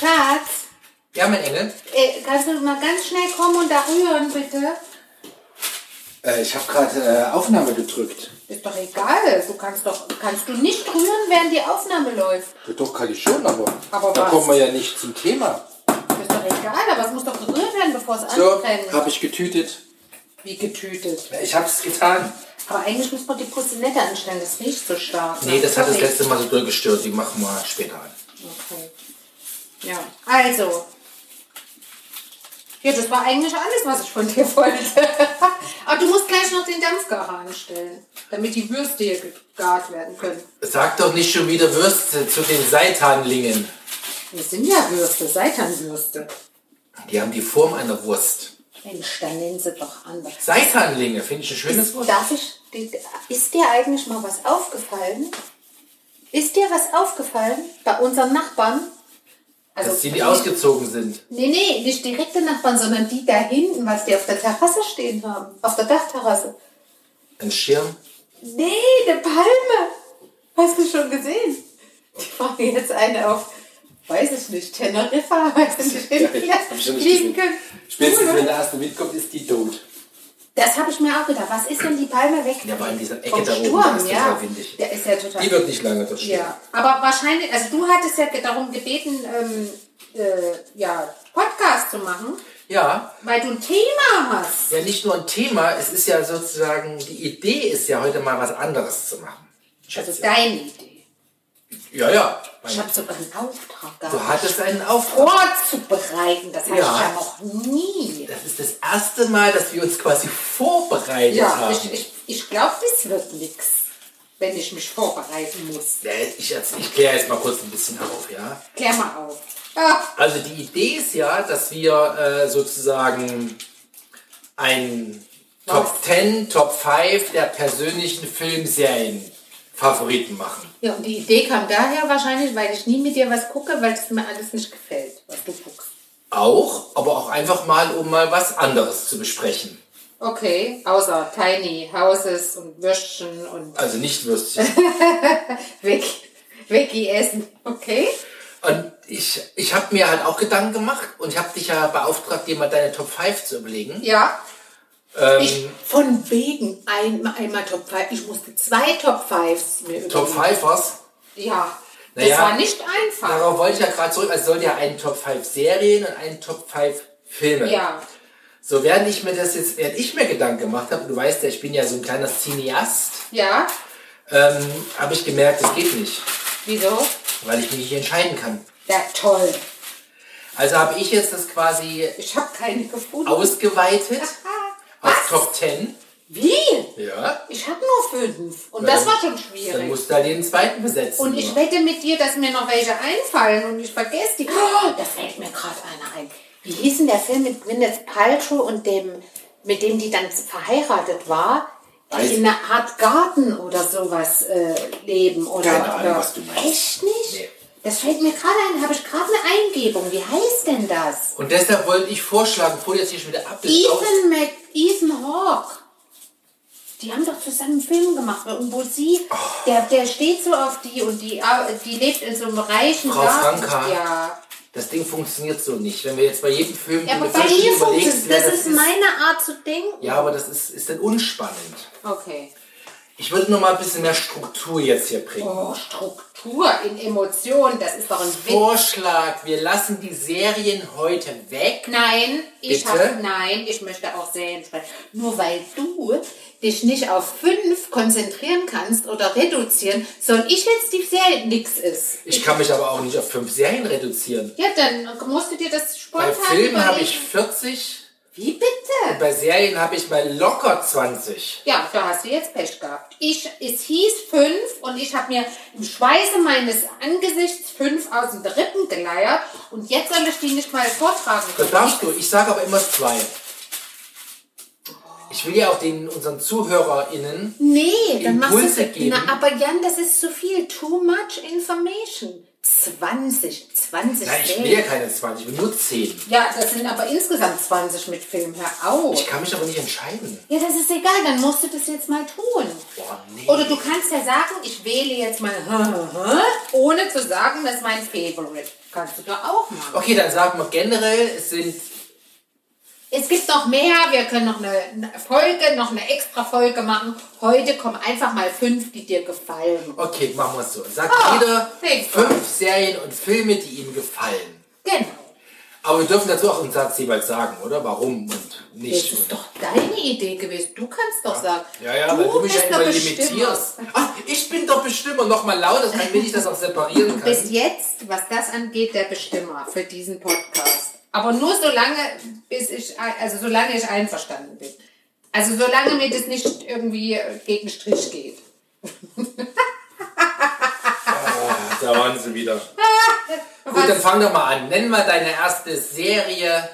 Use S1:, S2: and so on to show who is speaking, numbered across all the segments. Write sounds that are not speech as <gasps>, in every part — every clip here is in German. S1: Schatz,
S2: Ja, mein Engel.
S1: äh, kannst du mal ganz schnell kommen und da rühren, bitte?
S3: Äh, ich habe gerade äh, Aufnahme gedrückt.
S1: Ist doch egal. Du kannst doch, kannst du nicht rühren, während die Aufnahme läuft.
S3: Ja, doch, kann ich schon, aber,
S1: Aber
S3: da
S1: was?
S3: kommen wir ja nicht zum Thema.
S1: Ist doch egal, aber es muss doch gerührt werden, bevor es
S3: So,
S1: anbrennt.
S3: habe ich getütet.
S1: Wie getötet.
S2: Ich hab's getan.
S1: Aber eigentlich muss man die Pussinette anstellen, das riecht so stark. ne?
S2: Nee, das hat das
S1: Sorry.
S2: letzte Mal so durchgestört. Die machen wir später an.
S1: Okay. Ja, also. Ja, das war eigentlich alles, was ich von dir wollte. <laughs> Aber du musst gleich noch den Dampfgarer anstellen, damit die Würste hier gegart werden können.
S2: Sag doch nicht schon wieder Würste zu den Seitanlingen.
S1: Das sind ja Würste, Seitanwürste.
S2: Die haben die Form einer Wurst.
S1: Mensch, dann nennen sie doch anders.
S2: Seitanlinge, finde ich ein schönes Wort.
S1: Darf ich, die- ist dir eigentlich mal was aufgefallen? Ist dir was aufgefallen bei unseren Nachbarn? Also,
S2: Dass die nicht ausgezogen sind.
S1: Nee, nee, nicht direkte Nachbarn, sondern die da hinten, was die auf der Terrasse stehen haben. Auf der Dachterrasse.
S2: Ein Schirm.
S1: Nee, eine Palme. Hast du schon gesehen? Die fragen jetzt eine auf, weiß ich nicht, Teneriffa, weiß ich nicht,
S3: Ja,
S1: ja,
S3: hab ich noch nicht
S1: fliegen
S3: gesehen.
S1: können.
S3: Spätestens wenn der erste mitkommt, ist die tot.
S1: Das habe ich mir auch gedacht. Was ist, wenn die Palme weg?
S2: Ja, aber in dieser Ecke
S1: Vom
S2: da oben,
S1: Sturm,
S2: da ist
S1: ja.
S2: total windig.
S1: Der ist ja total
S2: Die wird nicht lange dort stehen.
S1: Ja, aber wahrscheinlich, also du hattest ja darum gebeten, ähm, äh, ja, Podcast zu machen,
S2: Ja.
S1: weil du ein Thema hast.
S2: ja, nicht nur ein Thema, es ist ja sozusagen, die Idee ist ja heute mal was anderes zu machen.
S1: Das
S2: Schätze.
S1: ist deine Idee.
S2: Ja, ja.
S1: Ich habe sogar einen Auftrag gehabt.
S2: Du hattest einen Auftrag.
S1: vorzubereiten. Das hatte ich
S2: Ja.
S1: ja noch nie.
S2: Das ist das erste Mal, dass wir uns quasi vorbereitet
S1: Ja,
S2: haben.
S1: ich, ich, ich glaube, das wird nichts, wenn ich mich vorbereiten muss.
S2: Ja, ich, erz- ich kläre jetzt mal kurz ein bisschen auf, ja.
S1: Klär mal auf. Ah,
S2: Also die Idee ist ja, dass wir äh, sozusagen ein Top 10, Top 5 der persönlichen Filmserien Favoriten machen.
S1: Ja, und die Idee kam daher wahrscheinlich, weil ich nie mit dir was gucke, weil es mir alles nicht gefällt, was du guckst.
S2: Auch, aber auch einfach mal, um mal was anderes zu besprechen.
S1: Okay, außer Tiny Houses und Würstchen und
S2: Also nicht Würstchen.
S1: <laughs> weg, Veggie essen. Okay?
S2: Und ich, ich habe mir halt auch Gedanken gemacht und ich habe dich ja beauftragt, dir mal deine Top 5 zu überlegen.
S1: Ja.
S2: Ähm,
S1: Ich, von wegen einmal, einmal Top 5. Ich musste zwei Top 5s mir überlegen.
S2: Top 5 was?
S1: Ja. Das
S2: Naja.
S1: war nicht einfach.
S2: Darauf wollte ich ja gerade zurück. Also es soll ja einen Top 5 Serien und einen Top 5 Filme.
S1: Ja.
S2: So, während ich mir das jetzt, während ich mir Gedanken gemacht habe, und du weißt ja, ich bin ja so ein kleiner Cineast,
S1: Ja.
S2: ähm, habe ich gemerkt, das geht nicht,
S1: Wieso?
S2: weil ich mich nicht entscheiden kann.
S1: Ja, toll.
S2: Also habe ich jetzt das quasi
S1: Ich habe keine gefunden. <laughs>
S2: ausgeweitet
S1: Was?
S2: auf Top 10.
S1: Wie?
S2: Ja.
S1: Ich habe nur fünf. Und
S2: Ja,
S1: das
S2: dann-
S1: war schon
S2: Dann
S1: schwierig.
S2: musst du halt den zweiten besetzen.
S1: Und ich wette mit dir, dass mir noch welche einfallen und ich vergesse die. Oh, da fällt mir gerade einer ein. Wie hieß denn der Film mit Gwyneth Paltrow und dem, mit dem die dann verheiratet war?
S3: Weiß
S1: Die in einer Art Garten oder sowas äh, leben oder.
S3: Keine Ahnung,
S1: oder
S3: was du meinst.
S1: Echt nicht?
S2: Nee.
S1: Das fällt mir gerade ein, habe ich gerade eine Eingebung. Wie heißt denn das?
S2: und deshalb wollte ich vorschlagen, bevor du jetzt hier schon wieder ab
S1: Ethan, Mac Ethan Hawke. Die haben doch zusammen einen Film gemacht, und wo sie, der, der steht so auf die und die, äh, die lebt in so einem reichen
S2: Frau
S1: Garten.
S2: Franka.
S1: Ja.
S2: Das Ding funktioniert so nicht. Wenn wir jetzt bei jedem Film
S1: ja, aber
S2: du mit
S1: bei
S2: Fischen
S1: ihr
S2: überlegst,
S1: funktioniert
S2: wer
S1: das. ist meine Art zu denken.
S2: Ja, aber das ist, ist dann unspannend.
S1: Okay.
S2: Ich würde noch mal ein bisschen mehr Struktur jetzt hier bringen.
S1: Oh, Struktur in Emotionen, das ist doch ein
S2: Oh.
S1: Witz.
S2: Vorschlag, wir lassen die Serien heute weg.
S1: Nein, ich
S2: Bitte?
S1: hab, nein, ich möchte auch Serien sprechen. Nur weil du dich nicht auf fünf konzentrieren kannst oder reduzieren, soll ich jetzt die Serie nix ist.
S2: Ich kann mich aber auch nicht auf fünf Serien reduzieren.
S1: Ja, dann musst du dir das
S2: Bei
S1: spontan
S2: Filmen habe
S1: überlegen.
S2: ich 40,
S1: Wie bitte?
S2: bei Serien habe ich mal locker 20.
S1: Ja, da hast du jetzt Pech gehabt. Ich, es hieß fünf und ich habe mir im Schweiße meines Angesichts fünf aus den Rippen geleiert und jetzt soll ich die nicht mal vortragen
S2: Das
S1: können.
S2: darfst du, ich sage aber immer zwei. Ich will ja auch den unseren ZuhörerInnen
S1: Nee, dann machst
S2: Impulse
S1: du
S2: geben.
S1: Na, aber Jan, das ist zu viel. Too much information. 20, 20
S2: Nein, ich
S1: Filme.
S2: will ja keine 20, ich will nur 10.
S1: Ja, das sind aber insgesamt 20 mit Film. Hör auf.
S2: Ich kann mich aber nicht entscheiden.
S1: Ja, das ist egal, dann musst du das jetzt mal tun.
S2: Boah, nee.
S1: Oder du kannst ja sagen, ich wähle jetzt mal, ohne zu sagen, das ist mein Favorite. Kannst du doch auch machen.
S2: Okay, dann sagen wir generell, es sind
S1: Es gibt noch mehr, wir können noch eine eine Folge, noch eine extra Folge machen. Heute kommen einfach mal fünf, die dir gefallen.
S2: Okay, machen wir es so. Sagt
S1: Ah,
S2: jeder
S1: thanks.
S2: fünf Serien und Filme, die ihm gefallen.
S1: Genau.
S2: Aber wir dürfen dazu auch einen Satz jeweils sagen, oder? Warum und
S1: Das
S2: nicht.
S1: ist
S2: Und
S1: doch deine Idee gewesen. Du kannst doch sagen.
S2: ja, ja,
S1: du
S2: weil du mich ja
S1: bist
S2: immer
S1: der Bestimmer.
S2: limitierst. Ach, ich bin doch Bestimmer. Nochmal lauter, damit ich das auch separieren
S1: Du bist
S2: kann.
S1: jetzt, was das angeht, der Bestimmer für diesen Podcast. Aber nur solange, bis ich, ein- also solange ich einverstanden bin. Also solange mir das nicht irgendwie gegen Strich geht.
S2: Ach, da waren sie wieder. Gut, dann fang doch mal an. Nenn mal deine erste Serie.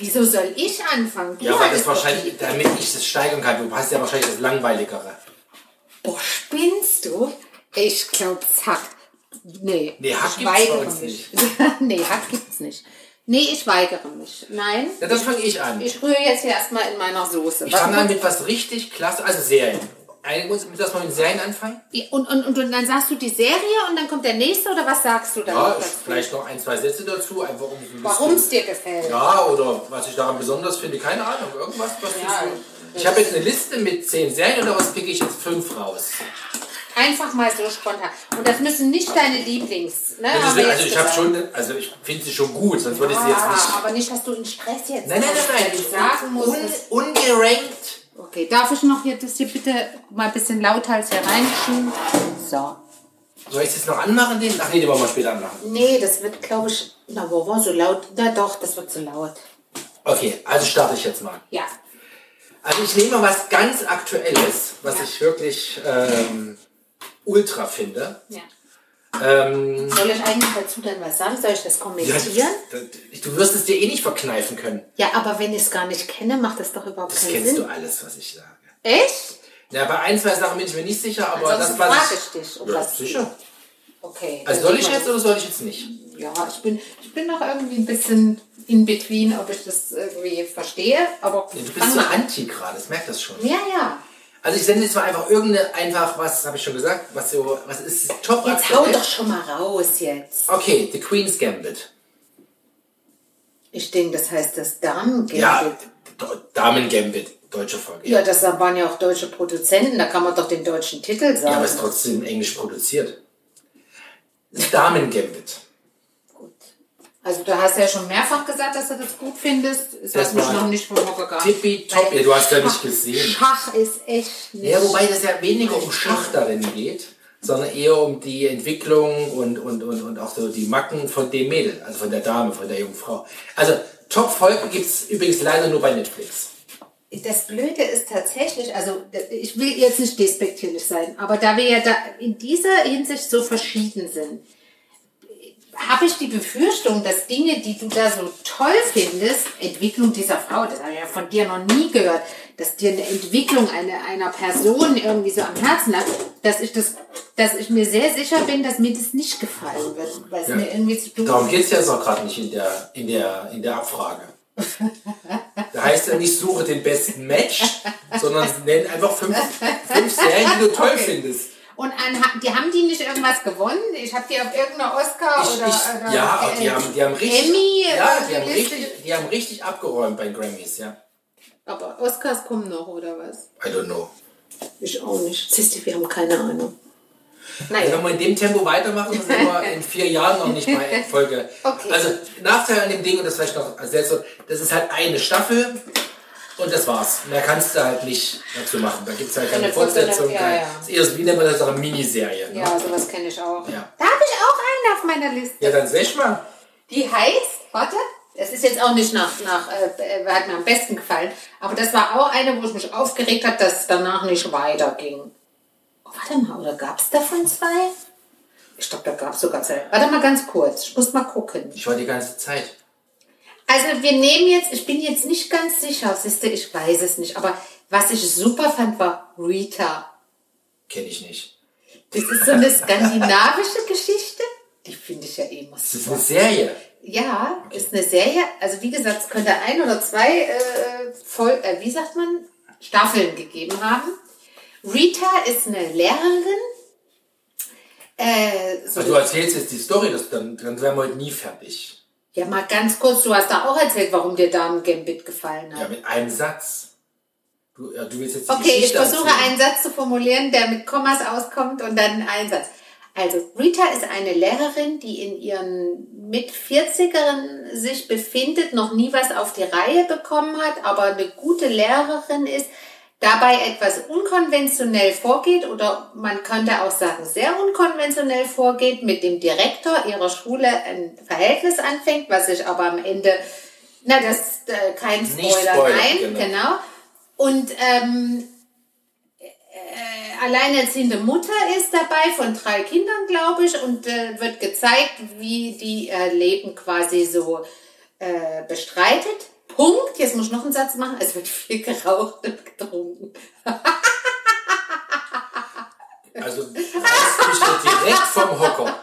S1: Wieso soll ich anfangen? Du
S2: Ja, weil
S1: hattest
S2: das
S1: doch
S2: wahrscheinlich,
S1: die-
S2: damit ich das steigern kann. Du hast ja wahrscheinlich das Langweiligere.
S1: Boah, spinnst du? Ich glaub's Hack. Nee.
S2: Nee, Hack
S1: ich
S2: gibt's bei
S1: weigere
S2: uns
S1: mich. <laughs> nee, Hack gibt's nicht. Nee, ich weigere mich. Nein.
S2: Ja, dann fange ich an.
S1: Ich rühre jetzt hier erstmal in meiner Soße.
S2: Ich fange an mit was richtig klasse, also Serien. Ein- Muss muss das mal mit Serien anfangen?
S1: Die- Und, und, und, und dann sagst du die Serie und dann kommt der nächste oder was sagst du dann?
S2: Ja,
S1: noch
S2: ich,
S1: dazu?
S2: vielleicht noch ein, zwei Sätze dazu, einfach um so ein bisschen-
S1: Warum es dir gefällt.
S2: Ja, oder was ich daran besonders finde, keine Ahnung, irgendwas, was
S1: Ja,
S2: du so. Ich habe jetzt eine Liste mit zehn Serien und daraus picke ich jetzt fünf raus.
S1: Einfach mal so spontan. Und das müssen nicht deine Lieblings. Ne, haben wir
S2: Deswegen, also
S1: jetzt
S2: ich habe
S1: gesagt.
S2: schon, also ich finde sie schon gut, sonst würde ich sie jetzt nicht.
S1: Ah, aber nicht, dass du in Stress jetzt
S2: Nein, nein,
S1: kommst,
S2: nein,
S1: wenn
S2: nein.
S1: ich sagen muss.
S2: Un,
S1: dass-
S2: ungerankt.
S1: Okay, darf ich noch hier das hier bitte mal ein bisschen lauthals hier reinschieben? So.
S2: Soll ich es jetzt noch anmachen, den? Ach nee, den wollen wir später anmachen.
S1: Nee, das wird, glaube ich, na, wo war so laut? Na doch, das wird so laut.
S2: Okay, also starte ich jetzt mal.
S1: Ja.
S2: Also ich nehme mal was ganz Aktuelles, was
S1: Ja.
S2: ich wirklich ähm, ultra finde.
S1: ja.
S2: Ähm,
S1: Soll ich eigentlich dazu dann was sagen? Soll ich das
S2: Ja,
S1: kommentieren?
S2: das- du wirst es dir eh nicht verkneifen können.
S1: Ja, aber wenn ich es gar nicht kenne, macht das doch überhaupt
S2: Das
S1: keinen
S2: kennst du
S1: Sinn.
S2: alles, was ich sage.
S1: Echt?
S2: Ja, bei ein, zwei Sachen bin ich mir nicht sicher, aber
S1: Ansonsten
S2: das
S1: Also frage
S2: was
S1: ich dich. ob
S2: ich. Ja,
S1: das-
S2: sicher.
S1: Okay.
S2: Also
S1: dann
S2: soll ich
S1: sieht man
S2: jetzt oder soll ich jetzt nicht?
S1: das. Ja, ich bin, ich bin noch irgendwie ein bisschen in between, ob ich das irgendwie verstehe, aber
S2: Du bist
S1: fang
S2: so
S1: mal an.
S2: anti gerade, das merkt das schon.
S1: Ja, ja.
S2: Also ich sende jetzt mal einfach irgendeine, einfach, was habe ich schon gesagt, was so, was ist top
S1: Jetzt hau doch schon mal raus jetzt.
S2: Okay, The Queen's Gambit.
S1: Ich denke, das heißt das Damen
S2: Ja, D- Damen Gambit, deutsche Folge.
S1: Ja, das waren ja auch deutsche Produzenten, da kann man doch den deutschen Titel sagen.
S2: Ja, aber ist trotzdem englisch produziert. Damen Gambit.
S1: gut. Also du hast ja schon mehrfach gesagt, dass du das gut findest. Es hat
S2: Das
S1: mich
S2: war
S1: noch nicht vom Hocker gehabt.
S2: tippitopp.
S1: Weil
S2: Ja, du hast ja
S1: Schach-
S2: nicht gesehen.
S1: Schach ist echt nicht.
S2: Ja, wobei das ja weniger um Schach darin geht, sondern eher um die Entwicklung und, und, und, und auch so die Macken von dem Mädel, also von der Dame, von der jungen Frau. Also Top-Folge gibt es übrigens leider nur bei Netflix.
S1: Das Blöde ist tatsächlich, also ich will jetzt nicht despektierlich sein, aber da wir ja da in dieser Hinsicht so verschieden sind, habe ich die Befürchtung, dass Dinge, die du da so toll findest, Entwicklung dieser Frau, das habe ich ja von dir noch nie gehört, dass dir eine Entwicklung eine, einer Person irgendwie so am Herzen lag, dass ich das, dass ich mir sehr sicher bin, dass mir das nicht gefallen wird, weil es mir irgendwie zu doof
S2: Darum geht es ja jetzt auch gerade nicht in der, in, der, in der Abfrage. Da heißt ja nicht, suche den besten Match, sondern nenn einfach fünf, fünf Serien, die du toll findest.
S1: Und an, die haben die nicht irgendwas gewonnen? Ich habe die auf irgendeiner Oscar
S2: Ich,
S1: oder,
S2: ich,
S1: oder
S2: ja,
S1: äh,
S2: die haben, die haben richtig,
S1: Emmy
S2: ja,
S1: äh,
S2: die haben
S1: Liste-
S2: richtig, die haben richtig abgeräumt bei Grammys, ja.
S1: Aber Oscars kommen noch oder was?
S2: I don't know.
S1: Ich auch nicht. Siehst du, wir haben keine Ahnung.
S2: Also
S1: Naja.
S2: wenn wir in dem Tempo weitermachen, sind
S1: <laughs>
S2: wir in vier Jahren noch nicht bei Folge.
S1: Okay.
S2: Also Nachteil an dem Ding, und das vielleicht noch als letztes, das ist halt eine Staffel und das war's. Mehr kannst du halt nicht dazu machen. Da gibt es halt keine
S1: Eine kurze-
S2: Fortsetzung.
S1: ja,
S2: keine-
S1: ja.
S2: Das ist eher so- wie nennt man das, auch eine Miniserie. Ne?
S1: Ja, sowas kenne ich auch.
S2: Ja.
S1: Da habe ich auch einen auf meiner Liste.
S2: Ja, dann sag mal.
S1: Die heißt, warte, das ist jetzt auch nicht nach, nach äh, äh, hat mir am besten gefallen, aber das war auch eine, wo ich mich aufgeregt habe, dass es danach nicht weiterging. Oh, warte mal, oder gab es davon zwei? Ich glaube, da gab es sogar zwei. Warte mal ganz kurz, ich muss mal gucken.
S2: Ich war die ganze Zeit.
S1: Also wir nehmen jetzt, ich bin jetzt nicht ganz sicher, siehste, ich weiß es nicht, aber was ich super fand, war Rita.
S2: Kenne ich nicht.
S1: Das ist so eine skandinavische Geschichte. Die finde ich ja eh muss.
S2: Das ist eine Serie.
S1: Ja, ist eine Serie. Also wie gesagt, es könnte ein oder zwei äh, voll, äh, wie sagt man, Staffeln gegeben haben. Rita ist eine Lehrerin. Äh, so
S2: Also du erzählst jetzt die Story, das, dann, dann wären wir heute nie fertig.
S1: ja, mal ganz kurz, du hast da auch erzählt, warum dir Damen Gambit gefallen
S2: Ja,
S1: hat.
S2: mit einem Satz. Du, ja, du willst jetzt die
S1: okay, ich
S2: Geschichte
S1: versuche
S2: erzählen.
S1: einen Satz zu formulieren, der mit Kommas auskommt und dann einen Satz. Also Rita ist eine Lehrerin, die in ihren mit 40ern sich befindet, noch nie was auf die Reihe bekommen hat, aber eine gute Lehrerin ist, dabei etwas unkonventionell vorgeht oder man könnte auch sagen sehr unkonventionell vorgeht, mit dem Direktor ihrer Schule ein Verhältnis anfängt, was sich aber am Ende, na das äh, kein Spoiler,
S2: Nicht Spoiler,
S1: nein,
S2: genau.
S1: genau. Und ähm, äh, alleinerziehende Mutter ist dabei von drei Kindern, glaube ich, und äh, wird gezeigt, wie die äh, Leben quasi so äh, bestreitet. Punkt. Jetzt muss ich noch einen Satz machen. Es wird viel geraucht und getrunken.
S2: Also reißt mich doch direkt vom Hocker.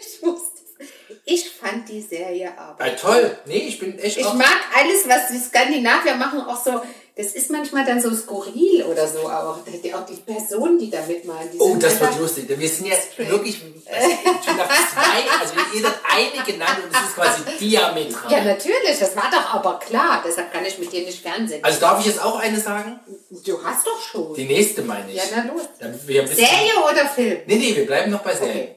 S1: Ich wusste es. Ich fand die Serie aber.
S2: Ah, toll. Nee, ich bin echt
S1: Ich
S2: auch...
S1: mag alles, was die Skandinavier machen, auch so. Das ist manchmal dann so skurril oder so, aber auch die, auch die Personen, die da mitmachen. Die
S2: Oh,
S1: sind
S2: das wird
S1: einfach-
S2: lustig. denn Wir sind jetzt wirklich also, schon nach zwei, also jeder hat eine genannt und es ist quasi diametral.
S1: Ja, natürlich, das war doch aber klar. Deshalb kann ich mit dir nicht fernsehen.
S2: Also darf ich jetzt auch eine sagen?
S1: du hast doch schon.
S2: Also, Die nächste meine ich.
S1: Ja, ne? na los.
S2: Damit wir wissen,
S1: Serie oder Film?
S2: Nee, nee, wir bleiben noch bei Serien.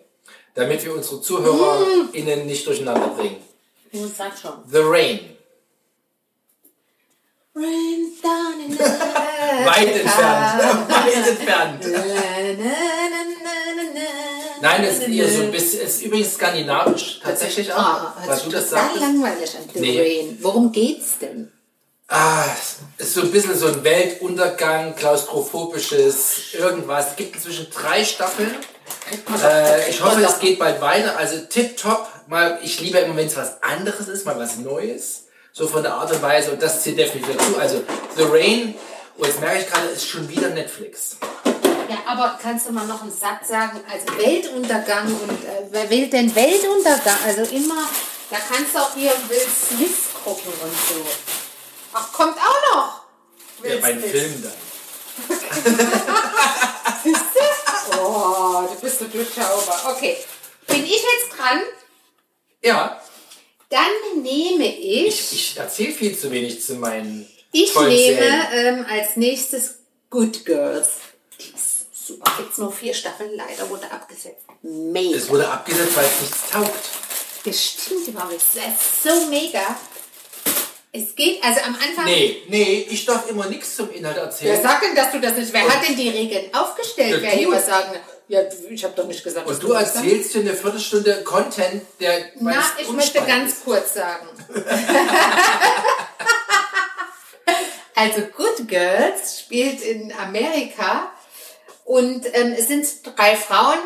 S2: Damit wir unsere ZuhörerInnen nicht durcheinander bringen.
S1: Du sagst schon.
S2: The Rain.
S1: Rain down in the
S2: Weit entfernt. <laughs> Weit entfernt. Nein, es ist eher so ein bisschen, es ist übrigens skandinavisch, tatsächlich auch.
S1: Ah, hört
S2: weil du
S1: sich
S2: das
S1: total
S2: sagtest.
S1: langweilig an The
S2: Nee.
S1: Rain. Worum geht's denn?
S2: Ah, es ist so ein bisschen so ein Weltuntergang, klaustrophobisches, irgendwas. Es gibt inzwischen drei Staffeln. Äh, ich hoffe, es geht bald weiter. Also tipptopp. Mal, ich liebe immer, wenn es was anderes ist, mal was Neues. So von der Art und Weise. Und das zählt definitiv dazu. Also The Rain. Und jetzt merke ich gerade, ist schon wieder Netflix.
S1: Ja, aber kannst du mal noch einen Satz sagen? Also Weltuntergang und äh, wer will denn Weltuntergang? Also immer, da kannst du auch hier Will Smith gucken und so. Ach, kommt auch noch.
S2: Ja, beim
S1: Smith.
S2: Film dann.
S1: Oh, du bist so durchschaubar. Okay, bin ich jetzt dran?
S2: Ja,
S1: Dann nehme
S2: ich, ich erzähle viel zu wenig zu meinen
S1: Ich
S2: tollen
S1: nehme
S2: Serien.
S1: ähm, als nächstes Good Girls. Die ist super. Gibt's nur vier Staffeln, leider wurde abgesetzt. Mega.
S2: Es wurde abgesetzt, weil es nichts taugt.
S1: Das stimmt überhaupt nicht. Das ist so mega. Es geht, also am Anfang.
S2: Nee, nee, ich darf immer nichts zum Inhalt
S1: Wer
S2: erzählen.
S1: sagt denn, dass du das nicht? Wer hat denn die Regeln aufgestellt?
S2: Ja,
S1: wer
S2: du.
S1: hier was sagen? Ja, ich habe doch nicht gesagt. dass
S2: Und du
S1: was sagst.
S2: erzählst dir eine Viertelstunde Content, der
S1: Na,
S2: meist
S1: ich möchte
S2: unspannend
S1: ganz
S2: ist.
S1: kurz
S2: <laughs>
S1: sagen. also Good Girls spielt in Amerika und ähm, es sind drei Frauen,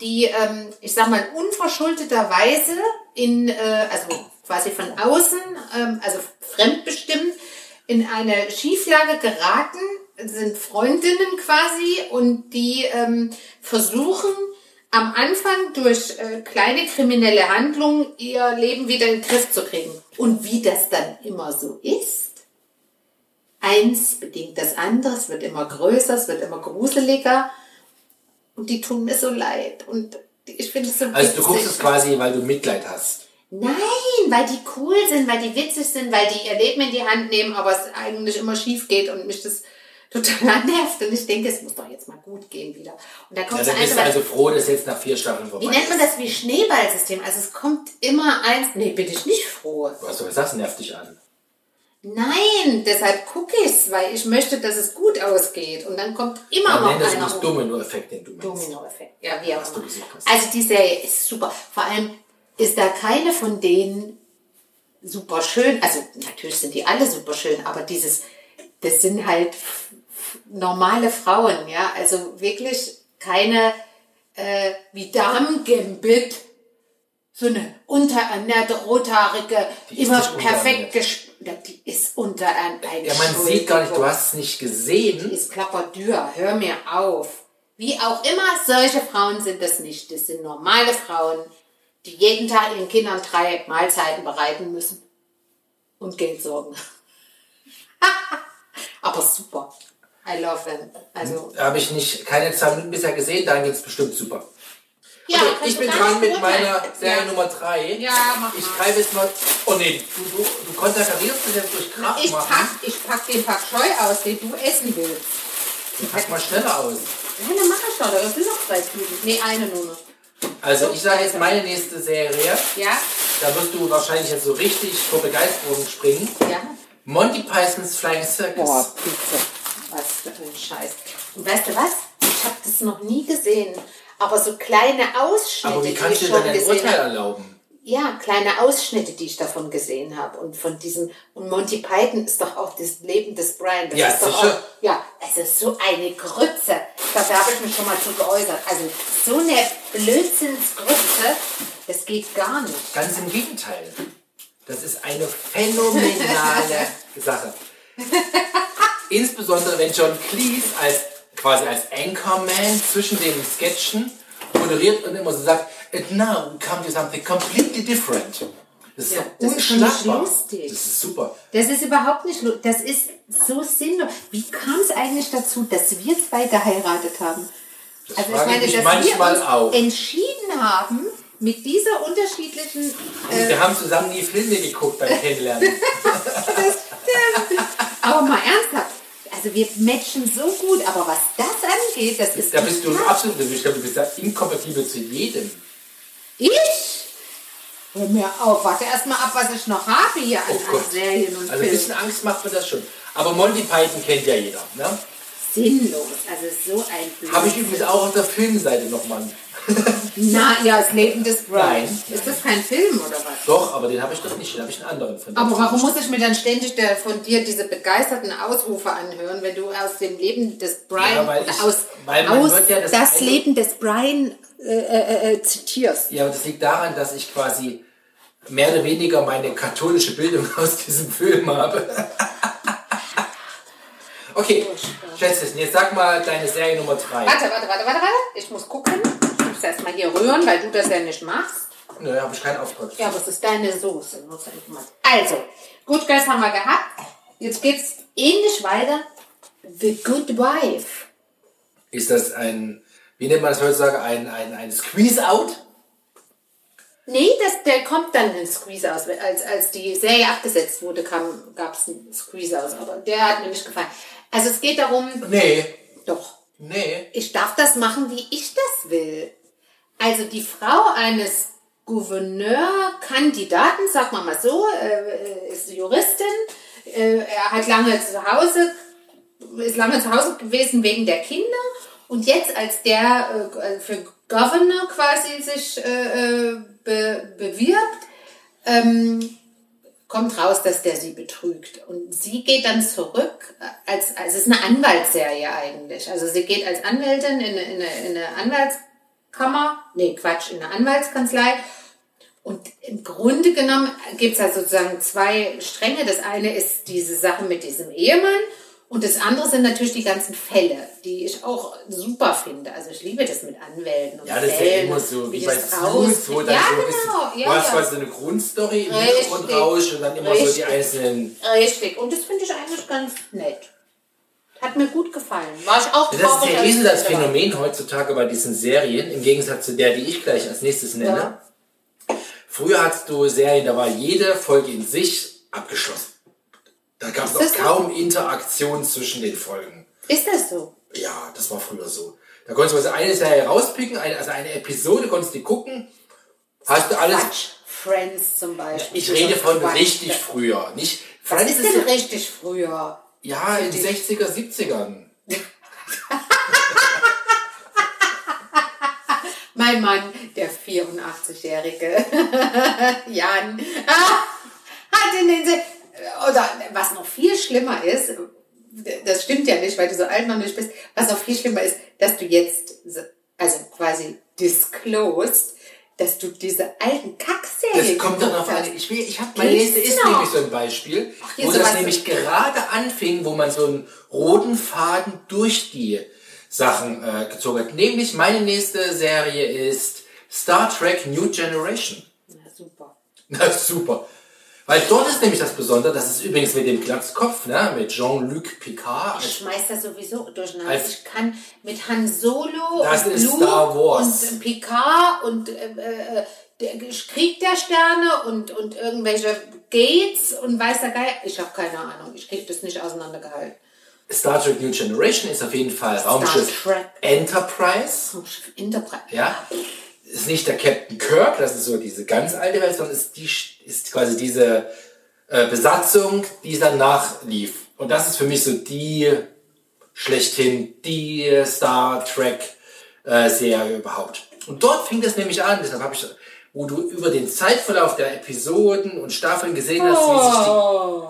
S1: die, ähm, ich sag mal, unverschuldeterweise in, äh, also quasi von außen, ähm, also fremdbestimmt, in eine Schieflage geraten, sind Freundinnen quasi und die ähm, versuchen am Anfang durch äh, kleine kriminelle Handlungen ihr Leben wieder in den Griff zu kriegen. Und wie das dann immer so ist, eins bedingt das andere, es wird immer größer, es wird immer gruseliger und die tun mir so leid und ich finde es so
S2: Also du guckst
S1: witzig.
S2: es quasi, weil du Mitleid hast.
S1: Nein, weil die cool sind, weil die witzig sind, weil die ihr Leben in die Hand nehmen, aber es eigentlich immer schief geht und mich das <laughs> total nervt. Und ich denke, es muss doch jetzt mal gut gehen wieder. Und da kommt
S2: Ja,
S1: so
S2: dann
S1: eins,
S2: bist du
S1: aber-
S2: also froh, dass jetzt nach vier Staffeln
S1: wie
S2: vorbei
S1: nennt man
S2: ist.
S1: das wie Schneeballsystem? Also es kommt immer eins. Nee, bin ich nicht froh.
S2: Du hast doch gesagt, es nervt dich an.
S1: Nein, deshalb gucke ich's, weil ich möchte, dass es gut ausgeht. Und dann kommt immer
S2: Man nennt
S1: noch
S2: das
S1: einer.
S2: übrigens Domino-Effekt, den du meinst.
S1: Domino-Effekt. Ja, wie auch
S2: du
S1: immer.
S2: gesagt hast.
S1: Also die Serie ist super. Vor allem ist da keine von denen super schön. Also natürlich sind die alle super schön, aber dieses, das sind halt f- f- normale Frauen, ja. Also wirklich keine äh, wie Damen Gambit. So eine unterernährte, rothaarige,
S2: Die ist
S1: immer
S2: nicht
S1: perfekt
S2: unterernährt.
S1: gesp... Ja, Die ist unterernährt.
S2: Ja, man sieht gar nicht, du hast es nicht
S1: Die
S2: gesehen.
S1: ist klapperdür, hör mir auf. Wie auch immer, solche Frauen sind das nicht. Das sind normale Frauen, die jeden Tag ihren Kindern drei Mahlzeiten bereiten müssen und Geld sorgen. <laughs> Aber super. I love them. Also,
S2: Da habe ich nicht, keine zwei Minuten bisher gesehen, dann geht's bestimmt super.
S1: ja,
S2: Also,
S1: kannst
S2: ich
S1: du
S2: bin
S1: gar nicht
S2: dran mit
S1: beurteilen.
S2: meiner Serie
S1: ja.
S2: Nummer 3.
S1: Ja, mach
S2: Ich
S1: mal.
S2: greife jetzt mal. Oh nee, du, du, du konterkarierst mich jetzt durch Kraft
S1: Ich
S2: machen.
S1: pack, ich pack den Pack Scheu aus, den du essen willst.
S2: Pack mal schneller aus.
S1: Nein, dann mach ich schon, da sind noch zwei Tüten. Nee, eine nur noch.
S2: Also ich sage jetzt meine nächste Serie.
S1: Ja?
S2: Da wirst du wahrscheinlich jetzt so richtig vor Begeisterung springen.
S1: Ja.
S2: Monty Pythons Flying Circus.
S1: Boah, Pizza. Was für ein Scheiß. Und weißt du was? Ich habe das noch nie gesehen. Aber so kleine Ausschnitte,
S2: Aber wie
S1: die
S2: kannst
S1: ich
S2: du dir
S1: schon
S2: denn ein
S1: gesehen
S2: Urteil
S1: habe.
S2: erlauben?
S1: Ja, kleine Ausschnitte, die ich davon gesehen habe. Und von diesem, und Monty Python ist doch auch das Leben des Brian. Das
S2: Ja,
S1: ist doch
S2: sicher.
S1: Auch, ja, also so eine Grütze. Dafür habe ich mich schon mal zu geäußert. Also so eine Blödsinnsgrütze, das geht gar nicht.
S2: Ganz im Gegenteil. Das ist eine
S1: <laughs>
S2: phänomenale Sache. Insbesondere wenn John Cleese als quasi als Anchorman zwischen den Sketchen moderiert und immer so sagt, and now we come to something completely different. Das ist
S1: Ja,
S2: doch
S1: das ist schon nicht
S2: unschlagbar.
S1: lustig.
S2: Das ist super.
S1: Das ist überhaupt nicht, lu- das ist so sinnlos. Wie kam es eigentlich dazu, dass wir zwei geheiratet haben? also
S2: frage ich mich manchmal auch.
S1: entschieden haben, mit dieser unterschiedlichen, äh,
S2: Wir haben zusammen nie Filme geguckt
S1: <laughs>
S2: beim Kennenlernen.
S1: aber mal ernsthaft, also wir matchen so gut, aber was das angeht, das ist
S2: Da bist du
S1: total-
S2: absolut, ich glaube, du bist da inkompatibel zu jedem.
S1: Ich? Hör mir auf, warte erstmal ab, was ich noch habe hier an,
S2: Oh
S1: an
S2: Gott.
S1: Serien und
S2: Also ein bisschen
S1: Filmen.
S2: Angst macht mir das schon. Aber Monty Python kennt ja jeder. Ne?
S1: Sinnlos, also so ein Blödsinn.
S2: Habe ich übrigens auch auf der Filmseite nochmal.
S1: Na ja, das Leben des Brian.
S2: Nein, nein.
S1: Ist das kein Film oder was?
S2: <laughs> Doch, aber den habe ich doch nicht, den habe ich einen anderen von dir.
S1: Aber warum muss ich mir dann ständig der, von dir diese begeisterten Ausrufe anhören, wenn du aus dem Leben des Brian,
S2: Ja, weil ich-
S1: aus,
S2: weil man
S1: aus
S2: wird ja
S1: das,
S2: das eine-
S1: Leben des Brian äh, äh, äh, zitierst?
S2: Ja, aber das liegt daran, dass ich quasi mehr oder weniger meine katholische Bildung <laughs> aus diesem Film habe. <laughs> okay, Schätzchen, jetzt sag mal deine Serie Nummer 3.
S1: Warte, warte, warte, warte, warte. Ich muss gucken. Ich muss erstmal hier rühren, weil du das ja nicht machst.
S2: Nö, habe ich keinen Auftrag.
S1: Ja, aber es ist deine Soße. nur zur Information. Also, Good Girls haben wir gehabt. Jetzt geht's ähnlich weiter. The Good Wife.
S2: Ist das ein, wie nennt man das heutzutage, ein, ein, ein Squeeze-Out?
S1: Nee, das, der kommt dann in Squeeze aus. Als, als die Serie abgesetzt wurde, gab es einen Squeeze aus. Aber der hat mir nicht gefallen. Also es geht darum,
S2: Nee,
S1: doch,
S2: nee.
S1: ich darf das machen, wie ich das will. Also die Frau eines Gouverneurkandidaten, sag mal mal so, äh, ist Juristin, äh, er hat lange zu Hause, ist lange zu Hause gewesen wegen der Kinder und jetzt als der äh, für Governor quasi sich äh, äh, be bewirbt, ähm, kommt raus, dass der sie betrügt. Und sie geht dann zurück, äh, als, als es ist eine Anwaltsserie eigentlich. Also sie geht als Anwältin in eine, in eine, in eine Anwaltskammer, nee, Quatsch, in eine Anwaltskanzlei. Und im Grunde genommen gibt es da sozusagen zwei Stränge. Das eine ist diese Sache mit diesem Ehemann und das andere sind natürlich die ganzen Fälle, die ich auch super finde. Also ich liebe das mit Anwälten und
S2: Ja, das ist ja
S1: Fällen
S2: immer
S1: und
S2: so,
S1: wie
S2: wie bei
S1: das raus-
S2: Smooth, wo dann
S1: ja,
S2: so ein bisschen,
S1: genau, ja,
S2: du hast
S1: ja.
S2: quasi eine Grundstory im
S1: Richtig.
S2: Hintergrund rauscht und dann immer so die
S1: Richtig.
S2: einzelnen...
S1: Richtig, Äh, und das finde ich eigentlich ganz nett. Hat mir gut gefallen. War ich auch
S2: Das ist
S1: traurig,
S2: ja
S1: als ich
S2: riesen das
S1: dabei war.
S2: Phänomen heutzutage bei diesen Serien, im Gegensatz zu der, die ich gleich als nächstes nenne.
S1: Ja.
S2: Früher hattest du Serien, da war jede Folge in sich abgeschlossen. Da gab es
S1: das
S2: auch
S1: so?
S2: kaum Interaktion zwischen den Folgen.
S1: Ist das so?
S2: Ja, das war früher so. Da konntest du also eine Serie rauspicken, eine, also eine Episode konntest du die gucken. Hast du alles.
S1: Quatsch. Friends zum Beispiel.
S2: Ich rede von
S1: Quatsch.
S2: richtig früher, nicht.
S1: Was
S2: Friends
S1: ist
S2: ist
S1: denn richtig früher?
S2: ja in den 60er, 70ern.
S1: Mein Mann, der 84-jährige <laughs> Jan, hat in den... Se Oder was noch viel schlimmer ist, das stimmt ja nicht, weil du so alt noch nicht bist, was noch viel schlimmer ist, dass du jetzt, so- also quasi disclosed, dass du diese alten Kackserien
S2: Das kommt dann
S1: geguckt
S2: auf an.
S1: hast.
S2: Ich will, ich habe meine nächste
S1: Gibt's
S2: ist
S1: noch?
S2: nämlich so ein Beispiel,
S1: hier
S2: wo
S1: sowas-
S2: das nämlich gerade anfing, wo man so einen roten Faden durch die Sachen äh, gezogen hat. Nämlich meine nächste Serie ist Star Trek New Generation. <laughs>
S1: Na, super.
S2: Na super. Weil dort ist nämlich das Besondere, das ist übrigens mit dem Glatzkopf, ne, mit Jean-Luc Picard.
S1: Ich
S2: als-
S1: schmeiß das sowieso durcheinander.
S2: Als-
S1: ich kann mit Han Solo
S2: Das
S1: und
S2: ist
S1: Luke
S2: Star Wars.
S1: und äh, Picard und äh, äh, der Krieg der Sterne und, und irgendwelche Gates und weiß der Geier. Ich habe keine Ahnung. Ich krieg das nicht auseinandergehalten.
S2: Star Trek New Generation ist auf jeden Fall Raumschiff
S1: Trek.
S2: Enterprise.
S1: Vom Schiff Enterprise.
S2: Ja, ist nicht der Captain Kirk, das ist so diese ganz alte Welt, sondern ist, die, ist quasi diese äh, Besatzung, die danach lief. Und das ist für mich so die schlechthin, die Star Trek äh, Serie überhaupt. Und dort fing das nämlich an, deshalb habe ich, wo du über den Zeitverlauf der Episoden und Staffeln gesehen hast, wie sich die
S1: Oh.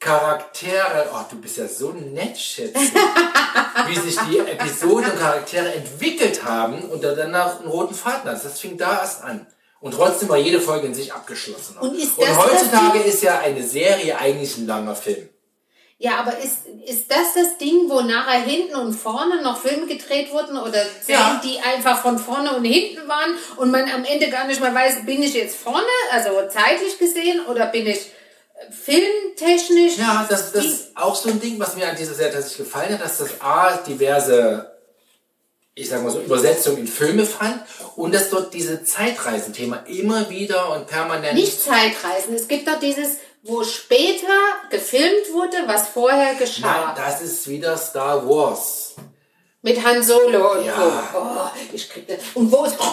S2: Charaktere, oh, du bist ja so nett, Schätzchen, <laughs> wie sich die Episoden und Charaktere entwickelt haben und dann danach einen roten Faden hast. Das fing da erst an. Und trotzdem war jede Folge in sich abgeschlossen.
S1: Und ist
S2: und
S1: das
S2: heutzutage
S1: das
S2: ist ja eine Serie eigentlich ein langer Film.
S1: Ja, aber ist, ist das das Ding, wo nachher hinten und vorne noch Filme gedreht wurden oder Serien,
S2: Ja.
S1: die einfach von vorne und hinten waren und man am Ende gar nicht mehr weiß, bin ich jetzt vorne, also zeitlich gesehen, oder bin ich äh, filmtechnisch?
S2: Ja, das, das
S1: Die-
S2: ist auch so ein Ding, was mir an dieser Serie tatsächlich gefallen hat, dass das A, diverse, ich sag mal so, Übersetzungen in Filme fand und dass dort diese Zeitreisenthema immer wieder und permanent
S1: nicht Zeitreisen. Es gibt doch dieses, wo später gefilmt wurde, was vorher geschah.
S2: Nein, das ist wieder Star Wars.
S1: Mit Han Solo und
S2: Ja.
S1: so. Oh, ich krieg das. Und wo ist. Du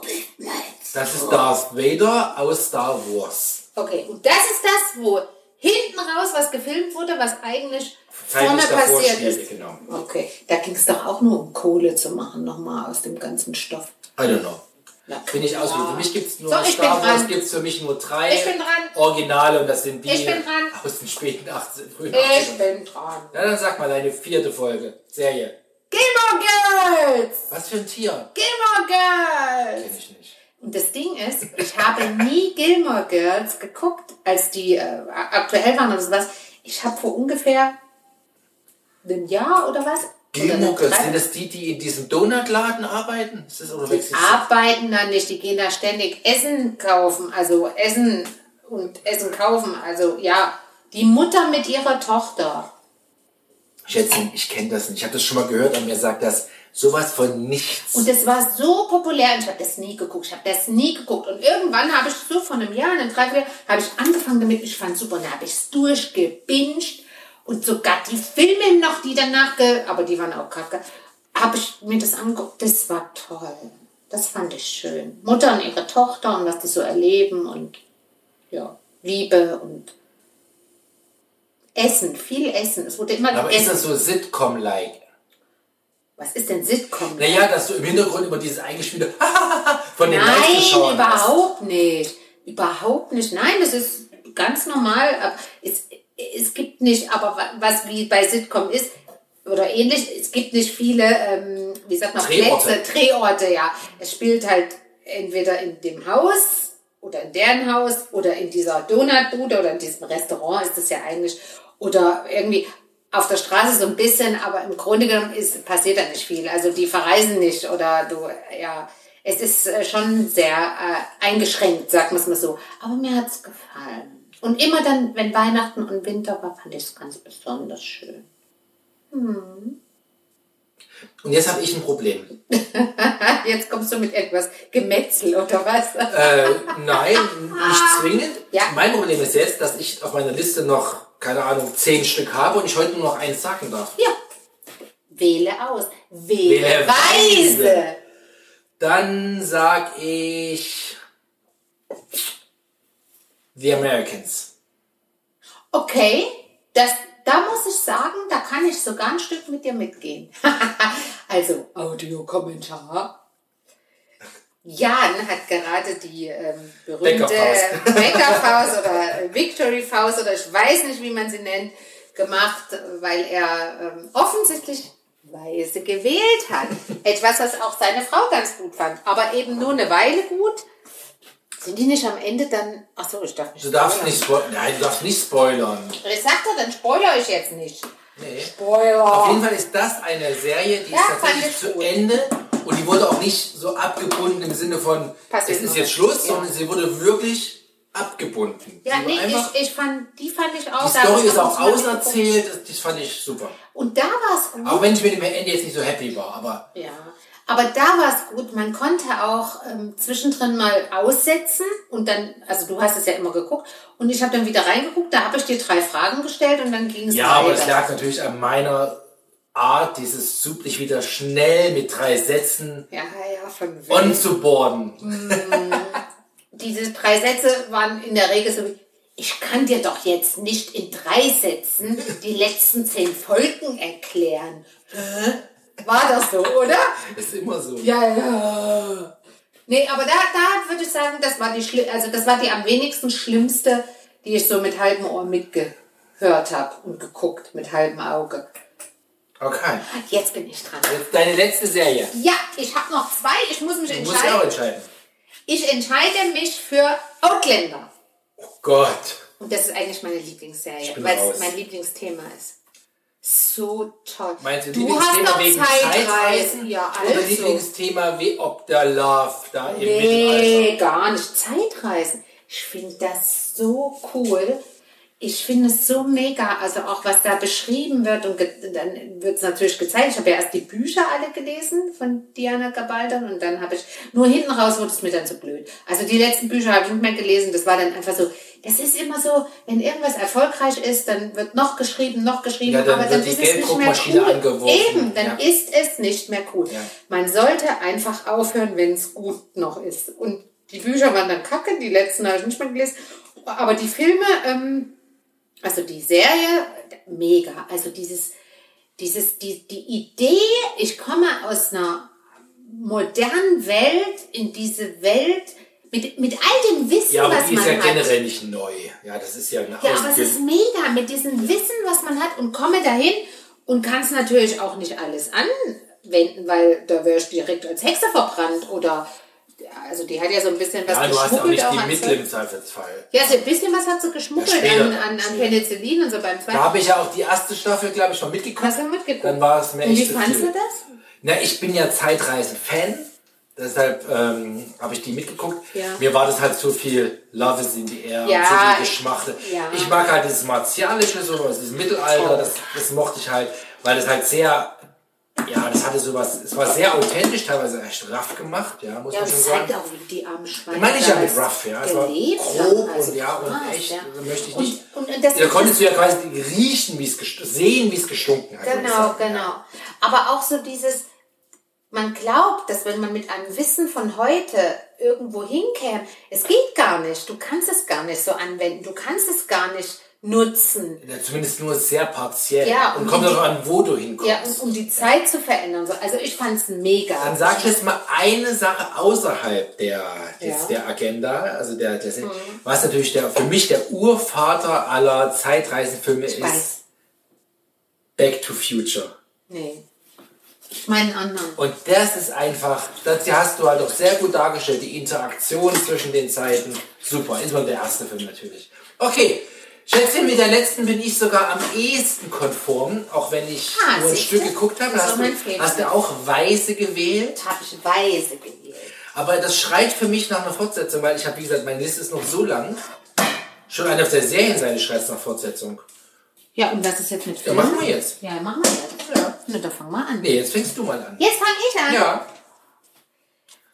S1: bist mein
S2: Das ist Darth Vader aus Star Wars.
S1: Okay, und das ist das, wo hinten raus was gefilmt wurde, was eigentlich vorne
S2: Zeitlich davor
S1: passiert
S2: Spiele,
S1: ist.
S2: genau.
S1: Okay, da ging es doch auch nur um Kohle zu machen, nochmal aus dem ganzen Stoff.
S2: I don't know.
S1: Na,
S2: Bin ich ausgewiesen. Für mich gibt es nur
S1: Ah. So, ich
S2: Star
S1: bin
S2: Wars,
S1: dran.
S2: gibt es für mich nur drei
S1: Ich bin dran.
S2: Originale und das sind die
S1: Ich bin dran.
S2: aus den späten 18, frühen
S1: Ich
S2: 80ern.
S1: bin dran.
S2: Na, dann sag mal deine vierte Folge. Serie.
S1: Gilmore Girls!
S2: Was für ein Tier?
S1: Gilmore Girls!
S2: Kenn ich nicht.
S1: Und das Ding ist, ich habe nie Gilmore Girls geguckt, als die äh, aktuell waren oder sowas. Ich habe vor ungefähr einem Jahr oder was?
S2: Gilmore
S1: oder
S2: Girls,
S1: drei-
S2: sind das die, die in diesem Donutladen arbeiten? Ist das oder wechselst du?
S1: arbeiten da nicht, die gehen da ständig Essen kaufen, also Essen und Essen kaufen, also ja, die Mutter mit ihrer Tochter.
S2: Schätzchen, ich kenne das nicht. Ich habe das schon mal gehört und mir sagt das sowas von nichts.
S1: Und das war so populär und ich habe das nie geguckt, ich habe das nie geguckt und irgendwann habe ich so vor einem Jahr, einem Dreivierteljahr, habe ich angefangen damit, ich fand super, und dann habe ich es durchgebinged und sogar die Filme noch, die danach, ge aber die waren auch kacke, habe ich mir das angeguckt, das war toll. Das fand ich schön. Mutter und ihre Tochter und was die so erleben und ja, Liebe und Essen, viel Essen. Es wurde immer
S2: Aber ist
S1: gegessen.
S2: das so Sitcom-like?
S1: Was ist denn Sitcom?
S2: Naja, dass du im Hintergrund immer dieses eingespielte <laughs> von den
S1: Nein,
S2: Live-Zuschauern hast.
S1: überhaupt nicht. Überhaupt nicht. Nein, das ist ganz normal. Aber Es, es gibt nicht, aber wa- was wie bei Sitcom ist oder ähnlich, es gibt nicht viele, ähm, wie sagt man,
S2: Drehorte.
S1: Plätze, Drehorte, ja. Es spielt halt entweder in dem Haus oder in deren Haus oder in dieser Donutbude oder in diesem Restaurant ist es ja eigentlich oder irgendwie auf der Straße so ein bisschen, aber im Grunde genommen ist, passiert da nicht viel. Also die verreisen nicht oder du, ja, es ist äh, schon sehr äh, eingeschränkt, sagt man es mal so. Aber mir hat's gefallen. Und immer dann, wenn Weihnachten und Winter war, fand ich es ganz besonders schön.
S2: Und jetzt habe ich ein Problem.
S1: Jetzt kommst du mit etwas Gemetzel oder was?
S2: Äh, nein, <laughs> nicht zwingend.
S1: Ja.
S2: Mein Problem ist jetzt, dass ich auf meiner Liste noch, keine Ahnung, zehn Stück habe und ich heute nur noch eins sagen darf.
S1: Ja. Wähle aus. Wähle,
S2: Wähle
S1: weise.
S2: weise. Dann sag ich The Americans.
S1: Okay, das, da muss ich sagen, da kann ich sogar ein Stück mit dir mitgehen. <laughs> also, Audiokommentar. Jan ne, hat gerade die ähm, berühmte
S2: Bäckerfaust.
S1: <laughs> Bäckerfaust oder Victory Faust oder ich weiß nicht, wie man sie nennt, gemacht, weil er ähm, offensichtlich weise gewählt
S2: <laughs>
S1: hat. Etwas, was auch seine Frau ganz gut fand, aber eben nur eine Weile gut. Sind die nicht am Ende dann... Ach so, ich darf nicht
S2: Du darfst
S1: spoilern.
S2: nicht spoilern. Nein, du darfst nicht spoilern.
S1: Ich sag doch, dann spoiler ich jetzt nicht.
S2: Nee.
S1: Spoiler.
S2: Auf jeden Fall ist das eine Serie, die
S1: Ja,
S2: ist
S1: fand
S2: tatsächlich
S1: ich
S2: zu
S1: gut.
S2: Ende und die die wurde auch nicht so abgebunden im Sinne von,
S1: Passiert
S2: es ist
S1: noch.
S2: jetzt Schluss,
S1: Ja.
S2: sondern sie wurde wirklich abgebunden.
S1: Ja,
S2: sie war
S1: nee,
S2: einfach,
S1: ich, ich fand, die fand ich auch.
S2: die
S1: da hab
S2: Story
S1: ich
S2: ist auch
S1: ab und zu mal geguckt.
S2: auserzählt, das, das fand ich super.
S1: Und da war es gut.
S2: Auch wenn ich mit dem Ende jetzt nicht so happy war, aber
S1: Ja, aber da war es gut. Man konnte auch ähm, zwischendrin mal aussetzen und dann, also du hast es ja immer geguckt und ich habe dann wieder reingeguckt. Da habe ich dir drei Fragen gestellt und dann ging es
S2: ja, aber das
S1: weiter.
S2: lag natürlich an meiner Art, dieses südlich wieder schnell mit drei Sätzen
S1: ja, ja, von wegen.
S2: onzuboarden.
S1: Diese drei Sätze waren in der Regel so wie, ich kann dir doch jetzt nicht in drei Sätzen die letzten zehn Folgen erklären. Hä? War das so, oder?
S2: Ist immer so.
S1: Ja, ja. Nee, aber da, da würde ich sagen, das war die schli- also das war die am wenigsten schlimmste, die ich so mit halbem Ohr mitgehört habe und geguckt mit halbem Auge. Ah,
S2: Okay.
S1: Jetzt bin ich dran.
S2: Jetzt deine letzte Serie.
S1: Ja, ich habe noch zwei, ich muss mich
S2: Du musst ja auch
S1: entscheiden.
S2: entscheiden.
S1: Ich entscheide mich für Outlander.
S2: Gott.
S1: Und das ist eigentlich meine Lieblingsserie,
S2: bin
S1: weil
S2: raus.
S1: es mein Lieblingsthema ist. So toll.
S2: Meinst du,
S1: du hast
S2: Lieblingsthema
S1: noch
S2: wegen
S1: Zeitreisen?
S2: Zeitreisen?
S1: Ja,
S2: Oder
S1: also.
S2: Lieblingsthema wie ob der Love da im
S1: Nee,
S2: Mittelalter?
S1: gar nicht. Zeitreisen. Ich finde das so cool. Ich finde es so mega. Also auch was da beschrieben wird und ge- dann wird es natürlich gezeigt. Ich habe ja erst die Bücher alle gelesen von Diana Gabaldon und dann habe ich nur hinten raus wurde es mir dann so blöd. Also die letzten Bücher habe ich nicht mehr gelesen. Das war dann einfach so. Das ist immer so, wenn irgendwas erfolgreich ist, dann wird noch geschrieben, noch geschrieben,
S2: Ja, dann
S1: aber
S2: wird
S1: dann
S2: die
S1: ist es nicht mehr
S2: Gelddruckmaschine
S1: cool.
S2: angeworfen.
S1: Eben, dann
S2: Ja.
S1: ist es nicht mehr cool.
S2: Ja.
S1: Man sollte einfach aufhören, wenn es gut noch ist. Und die Bücher waren dann kacke, die letzten habe ich nicht mehr gelesen. Aber die Filme, ähm, also die Serie, mega. Also dieses, dieses, die, die Idee, ich komme aus einer modernen Welt in diese Welt mit, mit all dem Wissen,
S2: Ja, aber
S1: was
S2: die ist
S1: man
S2: ja
S1: hat.
S2: generell nicht neu. Ja, das ist ja eine
S1: Ja, aber es ist mega mit diesem Wissen, was man hat und komme dahin und kann es natürlich auch nicht alles anwenden, weil da wäre ich direkt als Hexe verbrannt oder also die hat ja so ein bisschen was
S2: ja, du hast auch
S1: geschmuggelt
S2: nicht die
S1: an
S2: Mittel
S1: Zeug.
S2: im Zweifelsfall.
S1: Ja, so ein bisschen was hat sie geschmuggelt
S2: Ja, später
S1: an,
S2: dann,
S1: an, an
S2: später.
S1: Penicillin und so beim
S2: Da
S1: zweiten.
S2: habe ich ja auch die erste Staffel, glaube ich, schon mitgeguckt.
S1: Hast du mitgeguckt?
S2: Dann war es mir
S1: und
S2: echt
S1: wie
S2: zu
S1: fandst
S2: viel.
S1: du das?
S2: Na, ich bin ja Zeitreisen-Fan, deshalb ähm, habe ich die mitgeguckt.
S1: Ja.
S2: Mir war das halt zu viel Love is in the air,
S1: Ja,
S2: zu
S1: ich-
S2: viel Geschmachte.
S1: ja.
S2: Ich mag halt dieses Martialische, so was, dieses Mittelalter, das, das mochte ich halt, weil das halt sehr, ja, das hatte sowas, es war sehr authentisch, teilweise echt raff gemacht, ja, muss
S1: Ja,
S2: man
S1: und
S2: schon
S1: es
S2: sagen.
S1: zeigt auch, wie die armen Schweine
S2: Meine ich ja mit
S1: damals
S2: rough, ja. Es war
S1: Gelebt
S2: grob
S1: haben, also
S2: und ja, und
S1: krass,
S2: echt,
S1: ja.
S2: möchte ich
S1: Und-
S2: nicht.
S1: und- und das-
S2: da konntest du ja quasi riechen, wie es gest- sehen, wie es gestunken hat. würde ich
S1: Genau,
S2: sagen, ja.
S1: genau. Aber auch so dieses, man glaubt, dass wenn man mit einem Wissen von heute irgendwo hinkäme, es geht gar nicht. Du kannst es gar nicht so anwenden. Du kannst es gar nicht nutzen.
S2: Ja, zumindest nur sehr partiell.
S1: Ja,
S2: und
S1: und
S2: kommt
S1: die-
S2: darauf an, wo du hinkommst.
S1: Ja, um, um die Zeit zu verändern. So, Also ich fand's mega.
S2: Dann sag ich jetzt mal eine Sache außerhalb der,
S1: Ja. Mhm.
S2: jetzt der Agenda, also der, der was natürlich der, für mich der Urvater aller Zeitreisenfilme ist
S1: weiß.
S2: Back to Future.
S1: Nee. Ich meine einen anderen.
S2: Und das ist einfach, das hier hast du halt auch sehr gut dargestellt, die Interaktion zwischen den Zeiten. Super, insbesondere der erste Film natürlich. Okay, Schätzchen, mit der letzten bin ich sogar am ehesten konform, auch wenn ich
S1: Ah,
S2: nur ein
S1: siehst
S2: Stück
S1: du?
S2: geguckt habe.
S1: Das ist
S2: Hast
S1: auch
S2: du,
S1: mein Fehler.
S2: hast du auch Weiße gewählt?
S1: Habe ich weise gewählt.
S2: Aber das schreit für mich nach einer Fortsetzung, weil ich habe, wie gesagt, meine Liste ist noch so lang. Schon eine auf der Serienseite schreit nach Fortsetzung.
S1: Ja, und was ist jetzt mit
S2: Ja,
S1: Filmen?
S2: machen wir jetzt.
S1: Ja, machen wir jetzt. Ja. Na, dann fang mal an.
S2: Nee, jetzt fängst du mal an.
S1: Jetzt fang ich an.
S2: Ja.